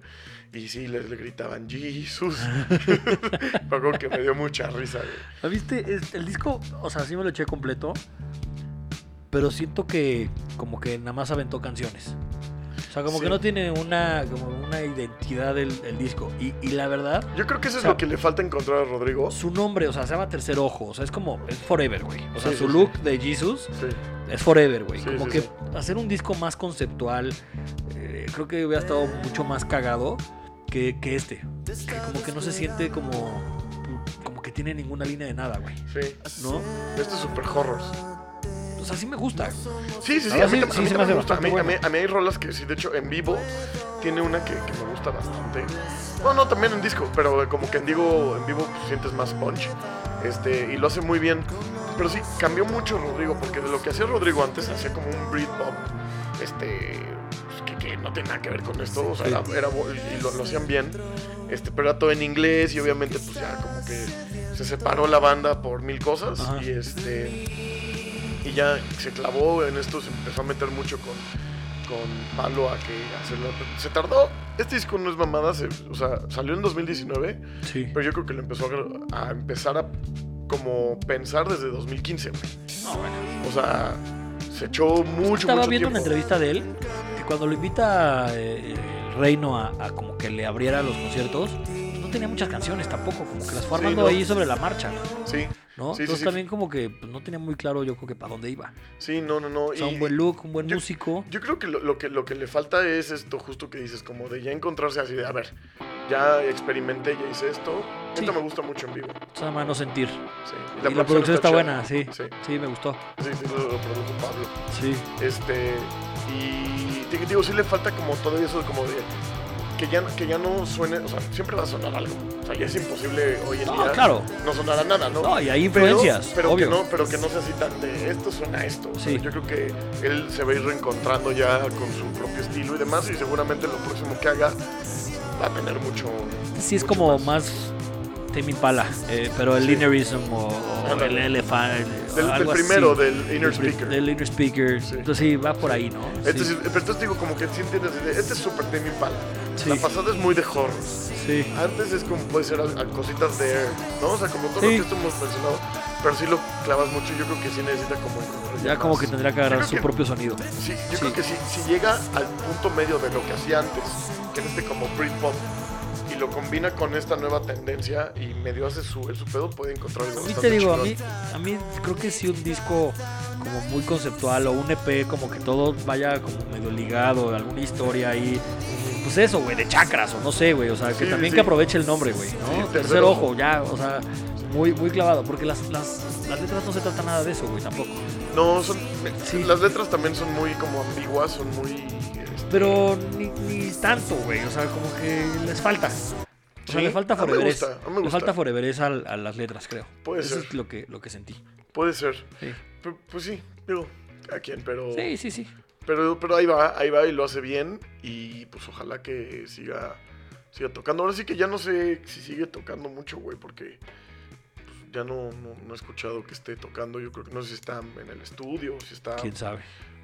S2: Y sí, les le gritaban, Jesus. Fue algo que me dio mucha risa, güey.
S1: ¿Ah, ¿Viste? Es- El disco, o sea, sí me lo eché completo. Pero siento que como que nada más aventó canciones. O sea, como
S2: Sí.
S1: que no tiene una, como una identidad el, el disco. Y, y la verdad,
S2: Yo creo que eso
S1: O
S2: es
S1: sea,
S2: lo que le falta encontrar a Rodrigo.
S1: su nombre, o sea, se llama Tercer Ojo. O sea, es como, es Forever, güey. O sea,
S2: Sí,
S1: su
S2: sí,
S1: look de Jesus
S2: Sí.
S1: es Forever, güey.
S2: Sí,
S1: como
S2: sí,
S1: que
S2: sí.
S1: hacer un disco más conceptual, eh, creo que hubiera estado mucho más cagado que, que este. Que como que no se siente como, como que tiene ninguna línea de nada, güey.
S2: Sí.
S1: ¿No?
S2: Esto es super horrors.
S1: O sea, sí me gusta.
S2: Sí, sí, sí.
S1: Ah,
S2: A mí,
S1: sí,
S2: tam- a
S1: sí,
S2: mí
S1: se me
S2: también
S1: hace
S2: me gusta. A mí,
S1: bastante
S2: a, mí, a mí hay rolas que sí, de hecho, en vivo tiene una que, que me gusta bastante. No, no, también en disco, pero como que en, digo, en vivo pues, sientes más punch. Este, y lo hace muy bien. Pero sí, cambió mucho Rodrigo, porque de lo que hacía Rodrigo antes, hacía como un breed pop, este, pues, que, que no tiene nada que ver con esto, o sea, era, era bo- y lo, lo hacían bien, este, pero era todo en inglés y obviamente pues ya como que se separó la banda por mil cosas
S1: Ajá.
S2: y este y ya se clavó en esto, se empezó a meter mucho con, con Palo a que hacerlo, se tardó, este disco no es mamada, se- o sea, salió en 2019,
S1: Sí.
S2: pero yo creo que lo empezó a, gra- a empezar a como pensar desde 2015, güey.
S1: No, bueno.
S2: o sea, se echó mucho,
S1: Estaba
S2: mucho
S1: viendo una
S2: tiempo.
S1: entrevista de él que cuando lo invita eh, el Reino a, a como que le abriera los conciertos, pues no tenía muchas canciones tampoco, como que las fue
S2: Sí,
S1: armando
S2: no.
S1: ahí sobre la marcha,
S2: Sí.
S1: ¿no?
S2: Sí, sí,
S1: Entonces
S2: sí.
S1: también como que pues, no tenía muy claro yo creo que para dónde iba.
S2: Sí, no, no, no.
S1: O sea,
S2: y-
S1: un buen look, un buen
S2: yo-
S1: músico.
S2: Yo creo que lo, lo que lo que le falta es esto justo que dices, como de ya encontrarse así de, a ver, ya experimenté, ya hice esto.
S1: Sí.
S2: Esto me gusta mucho en vivo.
S1: Nada más no sentir.
S2: Sí.
S1: Y la, producción está,
S2: chida.
S1: buena, sí.
S2: Sí,
S1: Sí, me gustó.
S2: sí, sí, lo, lo produjo Pablo.
S1: Sí.
S2: Este, y te- digo, sí le falta como todavía eso de como de que ya, que ya no suene, o sea, siempre va a sonar algo. O sea, ya es imposible hoy en
S1: No,
S2: día
S1: claro.
S2: no sonar a nada, ¿no?
S1: No, y hay
S2: Pero-
S1: influencias,
S2: pero,
S1: obvio.
S2: Que no, pero que no sea así tan de esto suena a esto. O sea,
S1: Sí.
S2: yo creo que él se va a ir reencontrando ya con su propio estilo y demás y seguramente lo próximo que haga va a tener mucho...
S1: Sí, es
S2: mucho
S1: como más Tame Impala, eh, pero el
S2: Sí.
S1: Innerism o, o el
S2: Ándale.
S1: Elephant. o
S2: Del, del
S1: algo
S2: primero,
S1: así.
S2: del Inner
S1: Del pri-
S2: Speaker.
S1: Del Inner Speaker.
S2: Sí.
S1: Entonces sí, va por ahí, ¿no?
S2: Este
S1: Sí.
S2: sí- pero entonces digo como que sí entiendes, de- este es súper Demi Pala.
S1: Sí.
S2: La pasada es muy de horror.
S1: sí.
S2: Antes es como puede ser a- a cositas de air, ¿no? O sea, como todo
S1: Sí.
S2: lo que hemos mencionado. Pero sí lo clavas mucho, yo creo que sí necesita como encontrar
S1: Ya como
S2: más.
S1: que tendría que
S2: Yo
S1: agarrar
S2: creo
S1: su propio sonido.
S2: Sí, yo
S1: Sí.
S2: creo que si, si llega al punto medio de lo que hacía antes, que es este como Britpop, y lo combina con esta nueva tendencia y medio hace su, el su pedo, puede encontrar algo
S1: A mí te
S2: bastante
S1: digo, a
S2: chingón.
S1: mí, a mí creo que si un disco como muy conceptual o un EP como que todo vaya como medio ligado, alguna historia ahí. Pues eso, güey, de chakras o no sé, güey. O sea,
S2: Sí,
S1: que
S2: sí,
S1: también
S2: sí.
S1: que aproveche el nombre, güey. ¿no?
S2: Sí,
S1: tercer,
S2: tercer
S1: ojo,
S2: ojo.
S1: ya, o sea, muy, muy clavado. Porque las, las, las letras no se trata nada de eso, güey, tampoco.
S2: No, son,
S1: Sí.
S2: las letras también son muy como ambiguas, son muy... este,
S1: Pero ni, ni tanto, güey. O sea, como que les falta. O sea,
S2: Sí,
S1: le falta
S2: a mí me
S1: Forever.
S2: gusta, a mí me
S1: Le
S2: gusta.
S1: falta Forever a, a las letras, creo.
S2: Puede
S1: Eso
S2: ser.
S1: es lo que, lo que sentí.
S2: Puede ser.
S1: Sí.
S2: P- pues sí, digo, a quien, pero,
S1: Sí, sí, sí.
S2: pero... Pero ahí va, ahí va y lo hace bien y pues ojalá que siga, siga tocando. Ahora sí que ya no sé si sigue tocando mucho, güey, porque... pues, ya no, no, no he escuchado que esté tocando. Yo creo que no sé si está en el estudio, si está
S1: Quién sabe.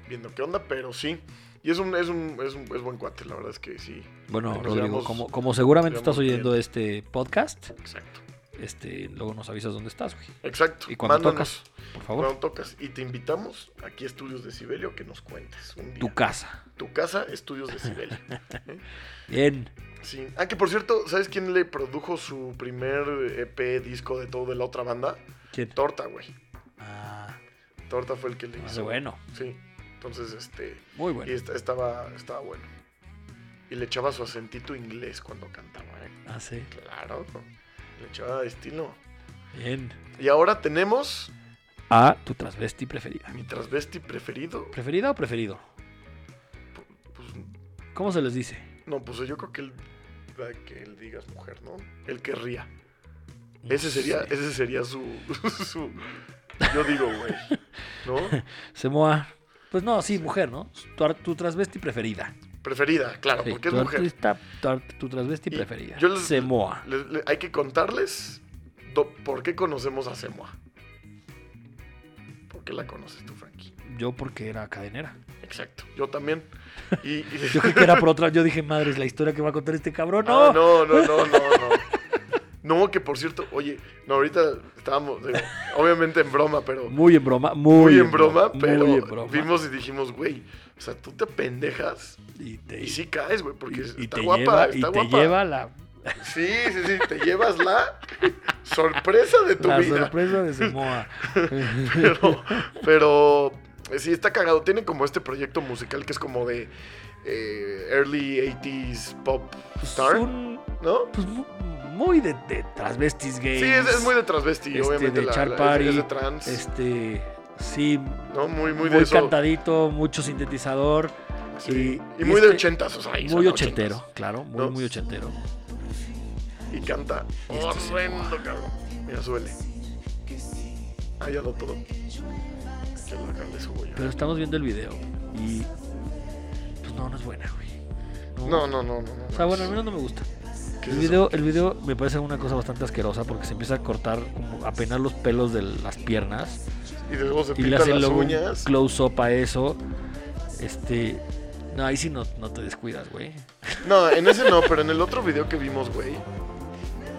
S2: viendo qué onda, pero sí. Y es un, es un, es un es buen cuate, la verdad es que sí.
S1: Bueno,
S2: Ahí nos
S1: Rodrigo,
S2: llevamos-
S1: como, como seguramente
S2: nos
S1: estás
S2: llevamos
S1: oyendo este podcast,
S2: Exacto.
S1: este, luego nos avisas dónde estás, güey.
S2: Exacto.
S1: Y cuando
S2: Mándanos
S1: Por favor,
S2: cuando tocas. Y te invitamos aquí a Estudios de Sibelio que nos cuentes un día.
S1: tu casa.
S2: Tu casa, Estudios de Sibelio. ¿Eh?
S1: Bien.
S2: sí. Ah, que por cierto, ¿sabes quién le produjo su primer EP disco de todo de la otra banda?
S1: ¿Quién?
S2: Torta, güey.
S1: Ah,
S2: Torta fue el que le
S1: hace
S2: hizo.
S1: Ah, bueno.
S2: Sí. Entonces, este.
S1: Muy
S2: Y
S1: bueno.
S2: esta- estaba, estaba bueno. Y le echaba su acentito inglés cuando cantaba, ¿eh?
S1: Ah, sí.
S2: Claro. Le echaba estilo.
S1: Bien.
S2: Y ahora tenemos
S1: A tu transvesti preferida.
S2: mi transvesti preferido.
S1: ¿Preferida o preferido?
S2: Pues,
S1: ¿Cómo se les dice?
S2: no, pues yo creo que el la que él digas mujer, ¿no? El que ría. Ese sería, ese sería su, su- Yo digo, güey. ¿No?
S1: Semoa. Pues no, sí, mujer, ¿no? Tu, ar- tu transvesti preferida.
S2: Preferida, claro,
S1: Sí,
S2: Ah, porque es
S1: tu
S2: mujer.
S1: artista- tu, ar- tu transvesti
S2: Y
S1: preferida.
S2: yo les-
S1: Semoa.
S2: Le- le- hay que contarles do- por qué conocemos a Semoa. ¿Por qué la conoces tú, Frankie?
S1: Yo porque era cadenera.
S2: Exacto. Yo también. Y, y-
S1: Yo creí que era por otra. Yo dije, madre, es la historia que va a contar este cabrón. No.
S2: Ah, no, no, no, no, no. No, que por cierto, oye, no, ahorita estábamos, digo, obviamente en broma, pero muy,
S1: Muy en broma, muy,
S2: en broma, pero
S1: muy en broma.
S2: vimos y dijimos, güey, o sea, tú te pendejas
S1: y te,
S2: y sí caes, güey, porque
S1: y
S2: está
S1: te
S2: guapa,
S1: lleva,
S2: está
S1: y te
S2: guapa.
S1: lleva la,
S2: Sí, sí, sí, te llevas la sorpresa de tu
S1: la
S2: vida.
S1: sorpresa de Samoa.
S2: pero, pero eh, sí, está cagado. Tiene como este proyecto musical que es como de eh, early 80s pop star,
S1: Un-
S2: ¿no?
S1: pues, mu- muy de, de transvestis gays.
S2: Sí, es, es muy de transvesti,
S1: este,
S2: obviamente.
S1: de
S2: la-
S1: char
S2: la- es-
S1: party,
S2: es de trans.
S1: Este, sí,
S2: ¿no? Muy,
S1: muy,
S2: muy, de eso.
S1: cantadito, mucho sintetizador.
S2: sí.
S1: y-
S2: Y,
S1: y
S2: muy
S1: este-
S2: de ochentas, o sea. ahí
S1: Muy
S2: suena
S1: ochentero, claro, muy,
S2: ¿No?
S1: muy ochentero.
S2: ochentas. Y canta.
S1: Y este es
S2: Horrendo, cabrón. Mira, súbele. Ah, ya lo todo. Que la acá le subo ya.
S1: Pero estamos viendo el video y. Pues no, no es buena, güey. me
S2: No,
S1: gusta.
S2: no, no, no. no
S1: O sea, bueno, al menos no me gusta.
S2: ¿Qué
S1: El
S2: es
S1: video, el video me parece una cosa bastante asquerosa porque se empieza a cortar como apenas los pelos de las piernas
S2: eso? Y luego se
S1: y le
S2: pintan
S1: hacen
S2: las
S1: luego un
S2: uñas.
S1: close-up a eso. Este. No, ahí sí no, no te descuidas, güey.
S2: No, en ese no, pero en el otro video que vimos, güey.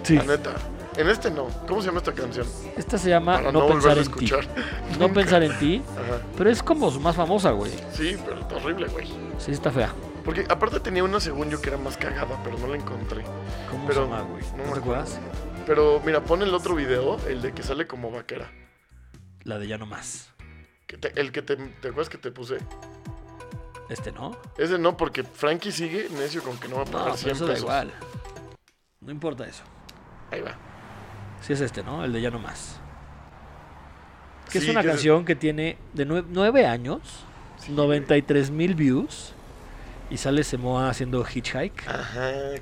S1: Sí.
S2: La neta. En este no. ¿Cómo se llama esta canción?
S1: Esta se llama
S2: Para
S1: Ah, No,
S2: no,
S1: pensar
S2: volverla a
S1: en ti.
S2: escuchar.
S1: No pensar en ti,
S2: Ajá.
S1: pero es como su más famosa, güey.
S2: Sí, pero está horrible, güey.
S1: Sí, está fea.
S2: Porque aparte tenía una según yo que era más cagada, pero no la encontré.
S1: ¿Cómo
S2: Pero
S1: se llama, güey?
S2: no
S1: ¿No,
S2: me
S1: te
S2: acuerdo.
S1: acuerdas?
S2: Pero mira, pon el otro video, el de que sale como vaquera.
S1: La de Ya no más.
S2: Que te- el que te, te acuerdas que te puse.
S1: Este no.
S2: Ese no, porque Frankie sigue necio con que no va a pagar
S1: No, pero
S2: 100
S1: eso da
S2: pesos.
S1: igual. No importa eso.
S2: Ahí va.
S1: Sí es este, ¿no? El de Ya no más. Que es
S2: Sí,
S1: una canción que tiene de nue- nueve años,
S2: Sí,
S1: 93 mil views, y sale Semoa haciendo hitchhike.
S2: Ajá, Ah,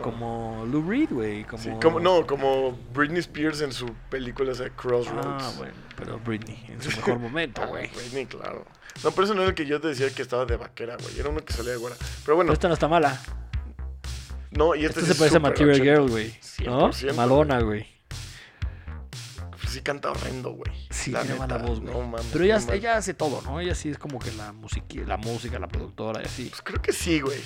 S1: Como, como Lou Reed, güey. Como...
S2: Sí, como- no, como Britney Spears en su película esa Crossroads.
S1: Ah, bueno, pero Britney, en su mejor momento,
S2: Ah,
S1: güey.
S2: Britney, claro. No, pero ese no era el que yo te decía que estaba de vaquera, güey. Era uno que salía de güera. Pero
S1: Pero
S2: bueno,
S1: esta no está mala.
S2: no, y
S1: Esta Este-
S2: este sí
S1: se
S2: es
S1: parece a
S2: súper
S1: Material
S2: 80.
S1: Girl, güey. ¿No?
S2: 100%,
S1: Madonna, güey.
S2: Pues sí canta horrendo, güey.
S1: Sí,
S2: La
S1: tiene mala
S2: neta,
S1: voz, güey.
S2: no mames,
S1: pero ella,
S2: no mames.
S1: ella hace todo, ¿no? Ella sí es como que la, musiqui- la música, la productora y así.
S2: Pues creo que sí, güey.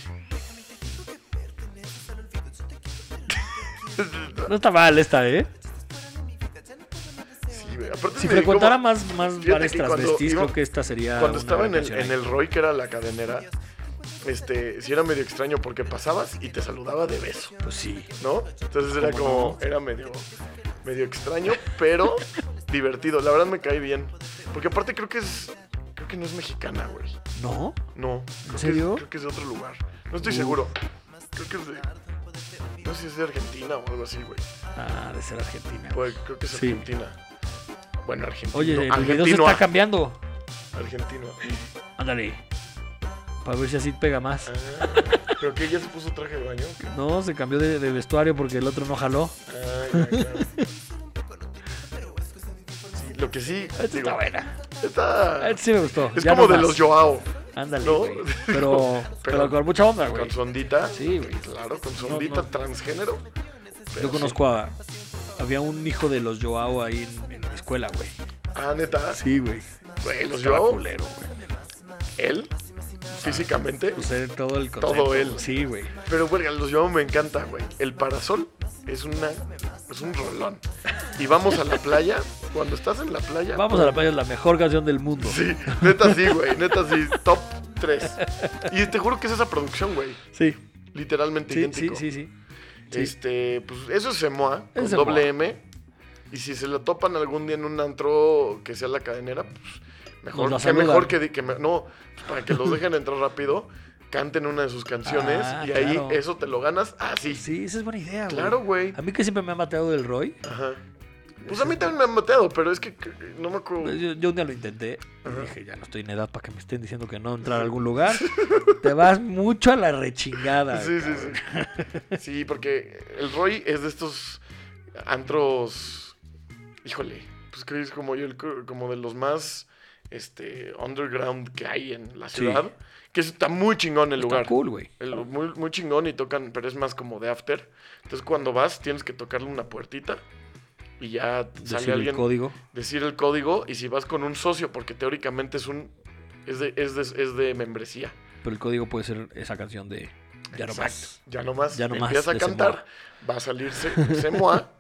S1: No está mal esta, ¿eh?
S2: Sí, güey. Aparte
S1: Si
S2: me di como-
S1: frecuentara más, más
S2: Fíjate
S1: bares
S2: que cuando
S1: transvestis,
S2: iba-
S1: creo que esta sería. una
S2: Cuando estaba en el,
S1: canción
S2: en
S1: ahí.
S2: el Roy, que era la cadenera, este, sí era medio extraño porque pasabas y te saludaba de beso,
S1: Pues sí.
S2: ¿no? Entonces era
S1: ¿Cómo
S2: como, era medio, medio extraño, pero divertido. La verdad me cae bien. Porque aparte creo que es, creo que no es mexicana, güey.
S1: ¿No?
S2: No. creo que-
S1: serio? Uh.
S2: creo que es de otro lugar. No estoy
S1: Uf.
S2: seguro. Creo que es de, no sé si es de Argentina o algo así, güey.
S1: Ah, de ser argentina.
S2: Pues, creo que es
S1: Sí.
S2: Argentina. Bueno, Argentina.
S1: Oye, el video se
S2: argentino, ah.
S1: está cambiando.
S2: argentino.
S1: Ándale. Para ver si así pega más.
S2: Ah, Pero que ella se puso traje de baño.
S1: No, se cambió de, de vestuario porque el otro no jaló.
S2: Ah, ya, claro. Sí, lo que sí.
S1: Esta
S2: digo,
S1: está buena.
S2: está-
S1: Esta sí me gustó.
S2: es
S1: Ya
S2: como
S1: no
S2: de
S1: más.
S2: los Joao.
S1: Ándale,
S2: ¿no?
S1: güey. Pero, pero con mucha onda, güey.
S2: Con su ondita.
S1: Sí, güey.
S2: Claro, con su ondita
S1: no.
S2: transgénero. pero
S1: Yo
S2: sí.
S1: conozco a. Había un hijo de los Joao ahí en, en la escuela, güey.
S2: Ah, neta.
S1: Sí, güey.
S2: Güey, los
S1: Estaba
S2: Joao.
S1: culero, güey.
S2: Él. Físicamente.
S1: Pues era todo el
S2: Todo
S1: concepto,
S2: él.
S1: güey. Sí, güey.
S2: Pero, verga, los Joao me encanta, güey. El parasol es una. Es un rolón. Y vamos a la playa. Cuando estás en la playa.
S1: Vamos a la playa, es la mejor canción del mundo.
S2: Sí, neta sí, güey, neta sí, top 3. Y te juro que es esa producción, güey,
S1: Sí,
S2: literalmente
S1: sí, sí,
S2: idéntico.
S1: sí, sí. sí.
S2: Este, pues eso es Semoa, con
S1: Es
S2: doble
S1: Semoa.
S2: M. Y si se lo topan algún día en un antro que sea la cadenera, pues mejor,
S1: Nos la
S2: que mejor
S1: saludan.
S2: que, di- que me- no, pues, para que los dejen entrar rápido, canten una de sus canciones
S1: Ah,
S2: y ahí
S1: claro.
S2: eso te lo ganas Ah, así.
S1: Sí, esa es buena idea, güey.
S2: claro, güey.
S1: A mí que siempre me ha mateado del Roy.
S2: Ajá. Pues a mí también me han mateado, pero es que que- no me acuerdo.
S1: Pues, Yo, yo un día lo intenté. y
S2: Ajá.
S1: Dije, ya no estoy en edad para que me estén diciendo que no entrar a algún lugar. Te vas mucho a la rechingada.
S2: Sí, sí,
S1: Ah, cabrón.
S2: sí. Sí, porque el Roy es de estos antros. Híjole, pues creo que es como yo, el cr- como de los más este underground que hay en la
S1: Sí.
S2: ciudad. Que está muy chingón el lugar.
S1: Está cool, güey.
S2: El- muy, muy chingón y tocan, pero es más como de after. Entonces cuando vas tienes que tocarle una puertita y ya sale
S1: Decir el
S2: alguien
S1: código.
S2: decir el código y si vas con un socio, porque teóricamente es un es de, es de, es de membresía.
S1: Pero el código puede ser esa canción de Ya no más.
S2: Ya nomás.
S1: Ya no más,
S2: Empieza a
S1: de
S2: cantar, va a salir Se- Semoa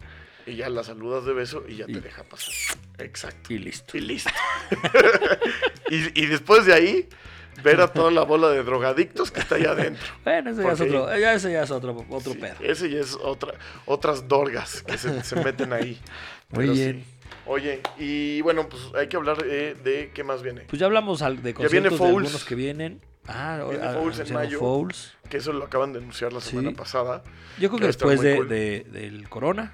S2: y ya la saludas de beso y ya te
S1: Y-
S2: deja pasar. Exacto.
S1: Y listo.
S2: Y listo. y, y después de ahí, ver a toda la bola de drogadictos que está allá adentro.
S1: Bueno, ese ya es
S2: Porque-
S1: otro, ya, ese ya es otro, otro
S2: Sí,
S1: pedo.
S2: Ese ya es otra, otras dorgas que se, se meten ahí.
S1: Muy
S2: Pero
S1: bien.
S2: sí. Oye, y bueno, pues hay que hablar eh, de qué más viene.
S1: Pues ya hablamos al- de
S2: Ya viene
S1: conciertos de
S2: Fouls.
S1: algunos que vienen. Ah,
S2: Viene
S1: ahora
S2: Fouls en
S1: anunciaron
S2: mayo.
S1: Fouls.
S2: Que eso lo acaban de anunciar la
S1: Sí.
S2: semana pasada.
S1: Yo creo
S2: Que
S1: que
S2: va a estar
S1: después
S2: muy
S1: de,
S2: cool.
S1: de- del Corona,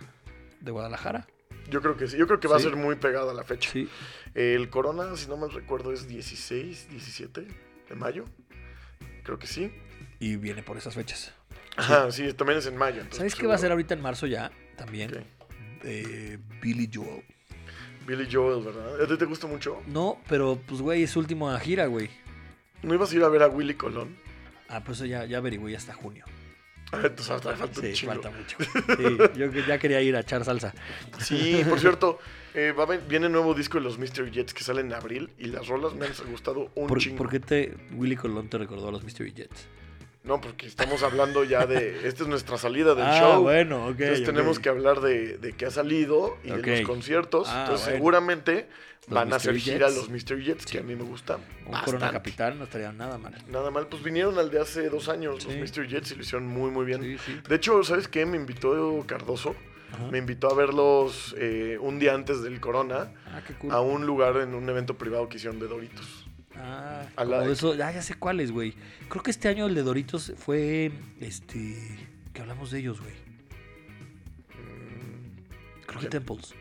S1: de Guadalajara.
S2: Yo creo que sí. Yo creo que va
S1: Sí.
S2: a ser muy pegada la fecha.
S1: Sí.
S2: El Corona, si no mal recuerdo, es 16, 17 de mayo. Creo que sí.
S1: Y viene por esas fechas.
S2: Ajá, sí, también es en mayo. entonces,
S1: ¿Sabes
S2: pues,
S1: qué va a ser
S2: seguro.
S1: ahorita en marzo ya? También. Eh, Billy Joel.
S2: Ok. Billy Joel, ¿verdad? ¿A ti te gusta mucho?
S1: No, pero pues, güey, es su última gira, güey.
S2: ¿No ibas a ir a ver a Willy Colón? Ah,
S1: Ah, pues eso ya, ya averigüé hasta junio.
S2: Entonces hasta falta un
S1: Sí,
S2: chingo.
S1: falta mucho. Sí, yo que ya quería ir a echar salsa.
S2: Sí, por cierto, eh, va a ven- viene nuevo disco de los Mystery Jets que sale en abril y las rolas me han gustado un
S1: ¿Por,
S2: chingo.
S1: por qué te, Willy Colón te recordó a los Mystery Jets?
S2: No, porque estamos hablando ya de. Esta es nuestra salida del
S1: ah,
S2: show.
S1: bueno, ok.
S2: Entonces tenemos que hablar de, de qué ha salido y de
S1: Ok.
S2: los conciertos.
S1: Ah,
S2: Entonces
S1: bueno.
S2: seguramente
S1: Los
S2: van a hacer
S1: Mystery
S2: gira
S1: Jets.
S2: los Mystery Jets, que a mí me gustan.
S1: Un Corona
S2: bastante.
S1: Capital no estaría nada mal.
S2: Nada mal, pues vinieron al de hace dos años los
S1: Sí.
S2: Mystery Jets y lo hicieron muy, muy bien.
S1: Sí, sí.
S2: De hecho, ¿sabes qué? Me invitó Cardoso.
S1: Ajá.
S2: Me invitó a verlos eh, un día antes del Corona
S1: Ah, qué cool.
S2: a un lugar en un evento privado que hicieron de Doritos.
S1: Ah,
S2: a la-
S1: como de eso, ah, ya sé cuáles, güey. Creo que este año el de Doritos fue, este, que hablamos de ellos, güey.
S2: Mm,
S1: Creo que
S2: ¿quién?
S1: Temples.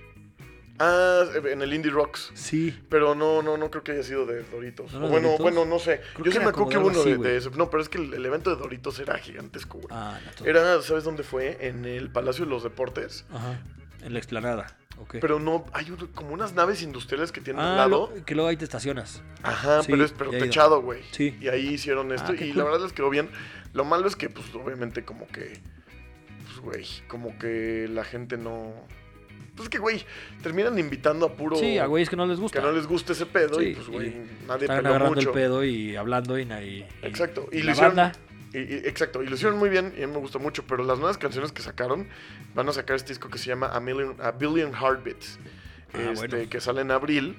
S2: Ah, en el Indie Rocks.
S1: Sí.
S2: Pero no, no, no creo que haya sido de Doritos.
S1: ¿No era
S2: O bueno,
S1: Doritos?
S2: bueno, no sé.
S1: Creo que
S2: Yo sí
S1: era
S2: me acuerdo
S1: como
S2: que
S1: de algo
S2: hubo uno
S1: así,
S2: de,
S1: güey.
S2: de ese. No, pero es que el, el evento de Doritos era gigantesco, güey.
S1: Ah, no, todo.
S2: Era, ¿sabes dónde fue? En el Palacio de los Deportes.
S1: Ajá. En la explanada. Ok.
S2: Pero no, hay un- como unas naves industriales que tienen al
S1: ah,
S2: lado.
S1: lo- que luego ahí te estacionas.
S2: Ajá,
S1: Sí,
S2: pero es pero
S1: ya he ido.
S2: techado, güey.
S1: Sí. Ah,
S2: Y ahí hicieron esto
S1: qué
S2: y
S1: cool.
S2: la verdad les quedó bien. Lo malo es que, pues, obviamente, como que. Pues, güey, como que la gente no. Pues es que, güey, terminan invitando a puro.
S1: Sí, a güeyes que no les gusta.
S2: Que no les gusta ese pedo
S1: Sí,
S2: y, pues, güey,
S1: y
S2: nadie
S1: Están
S2: peló
S1: agarrando
S2: mucho.
S1: el pedo y hablando y, y- y-
S2: Exacto. Y
S1: y
S2: lo
S1: la
S2: hicieron-
S1: banda.
S2: Y- y- exacto, y lo hicieron muy bien y a mí me gustó mucho, pero las nuevas canciones que sacaron van a sacar este disco que se llama A, Million, a Billion Heartbeats,
S1: Ah,
S2: este,
S1: bueno.
S2: que sale en abril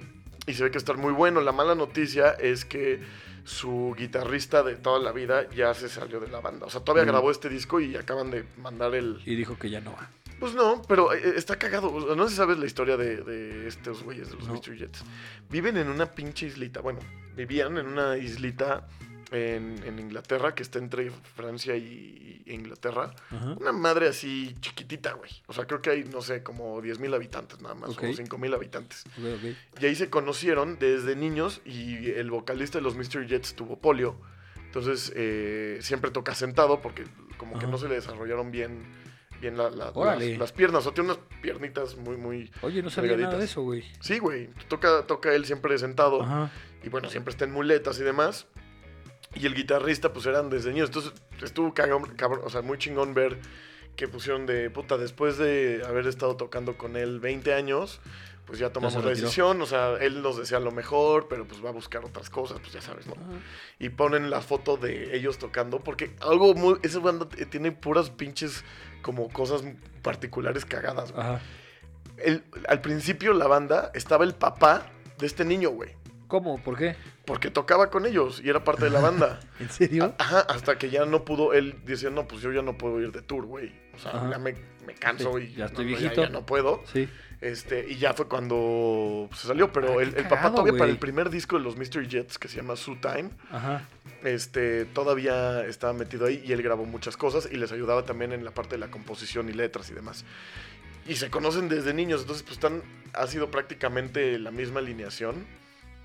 S2: y se ve que va a estar muy bueno. La mala noticia es que su guitarrista de toda la vida ya se salió de la banda. O sea, todavía
S1: Mm.
S2: grabó este disco y acaban de mandar el...
S1: Y dijo que ya no va.
S2: Pues no, pero eh, está cagado. O sea, No se sabe la historia de, de estos güeyes, de los
S1: No.
S2: Mystery Jets. Viven en una pinche islita. Bueno, vivían en una islita en, en Inglaterra que está entre Francia y y Inglaterra.
S1: Ajá.
S2: Una madre así chiquitita, güey. O sea, creo que hay, no sé, como 10.000 habitantes nada más,
S1: Ok.
S2: o 5.000 habitantes.
S1: Ok, ok.
S2: Y ahí se conocieron desde niños y el vocalista de los Mystery Jets tuvo polio. Entonces, eh, siempre toca sentado porque como que
S1: Ajá.
S2: no se le desarrollaron bien, bien la- la-
S1: Órale.
S2: las, las piernas. O tiene unas piernitas muy, muy...
S1: Oye, no sabía nada de
S2: Delgaditas.
S1: eso, güey.
S2: Sí, güey. Toca, toca él siempre sentado.
S1: Ajá.
S2: Y bueno, siempre está en muletas y demás. Y el guitarrista, pues eran desde niños. Entonces estuvo cagón, cabrón, o sea, muy chingón ver que pusieron de puta. Después de haber estado tocando con él 20 años, pues ya tomamos la
S1: retiró.
S2: decisión. O sea, él nos desea lo mejor, pero pues va a buscar otras cosas, pues ya sabes, ¿no?
S1: Ajá.
S2: Y ponen la foto de ellos tocando, porque algo muy. Esa banda t- tiene puras pinches, como cosas particulares cagadas, güey.
S1: Ajá.
S2: El- al principio la banda estaba el papá de este niño, güey.
S1: ¿Cómo? ¿Por qué?
S2: Porque tocaba con ellos y era parte de la banda.
S1: ¿En serio?
S2: Ajá, hasta que ya no pudo, él decía, no, pues yo ya no puedo ir de tour, güey. O sea,
S1: Ajá.
S2: ya me, me canso
S1: Sí,
S2: y
S1: ya estoy
S2: no, no,
S1: viejito.
S2: Ya, no puedo.
S1: Sí.
S2: Este, y ya fue cuando se salió, pero
S1: Ah,
S2: el,
S1: qué
S2: el papá
S1: cagado,
S2: todavía para
S1: güey.
S2: el primer disco de los Mystery Jets, que se llama Su Time,
S1: Ajá.
S2: este, todavía estaba metido ahí y él grabó muchas cosas y les ayudaba también en la parte de la composición y letras y demás. Y se conocen desde niños, entonces pues están, ha sido prácticamente la misma alineación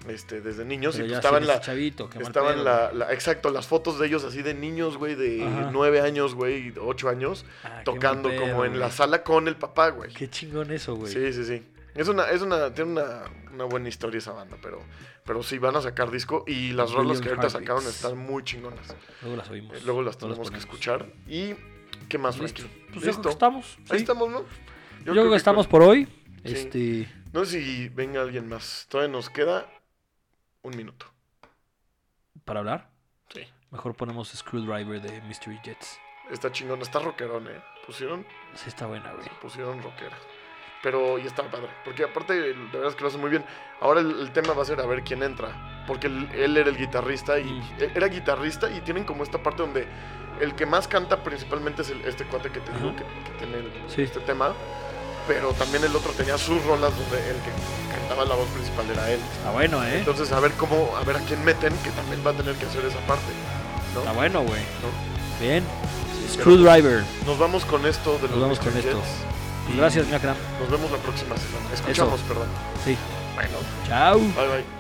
S2: este, desde niños
S1: Pero
S2: y pues,
S1: ya
S2: estaban
S1: sí
S2: la,
S1: eres chavito, qué mal
S2: Estaban
S1: pedo.
S2: la, la- exacto, las fotos de ellos así de niños, güey, de
S1: Ajá.
S2: nueve años, güey, ocho años,
S1: Ah, qué mal
S2: tocando
S1: pedo,
S2: como en
S1: güey.
S2: la sala con el papá, güey.
S1: Qué chingón eso, güey.
S2: Sí, sí, sí. Es una, es una, tiene una, una buena historia esa banda, pero, pero sí, van a sacar disco y las
S1: Billion
S2: rolas que ahorita
S1: Heartbeats.
S2: sacaron están muy chingonas.
S1: Luego las oímos.
S2: Eh, luego las
S1: Luego
S2: tenemos que
S1: ponemos.
S2: escuchar. ¿Y qué más,
S1: Listo.
S2: Frankie?
S1: Pues yo creo que estamos. sí.
S2: Ahí estamos, ¿no? Yo,
S1: Yo, creo que estamos por hoy. Este.
S2: No sé si venga alguien más. Todavía nos queda un minuto.
S1: Para hablar.
S2: Sí.
S1: Mejor ponemos Screwdriver de Mystery Jets.
S2: Está chingón, está rockerón, ¿eh? Pusieron
S1: Sí, está buena, güey.
S2: Se pusieron rockera. Pero y está padre. Porque aparte, de verdad es que lo hace muy bien. Ahora el, el tema va a ser a ver quién entra. Porque él, él era el guitarrista y
S1: Mm.
S2: e- era guitarrista y tienen como esta parte donde el que más canta principalmente es el- este cuate que te digo
S1: Ajá.
S2: que, que tiene el-
S1: Sí.
S2: este tema. Pero también el otro tenía sus rolas donde el que cantaba la voz principal era él.
S1: Está bueno, ¿eh?
S2: Entonces a ver cómo, a ver a quién meten, que también va a tener que hacer esa parte. ¿no?
S1: Está Ah, bueno, güey. Bien.
S2: pero-
S1: Screwdriver.
S2: Nos vamos con esto de los
S1: Nos vamos con
S2: Mr.
S1: esto.
S2: Jets.
S1: Pues gracias, Miakram.
S2: Nos vemos la próxima semana. Escuchamos, perdón.
S1: Sí.
S2: Bueno,
S1: Chao.
S2: bye bye.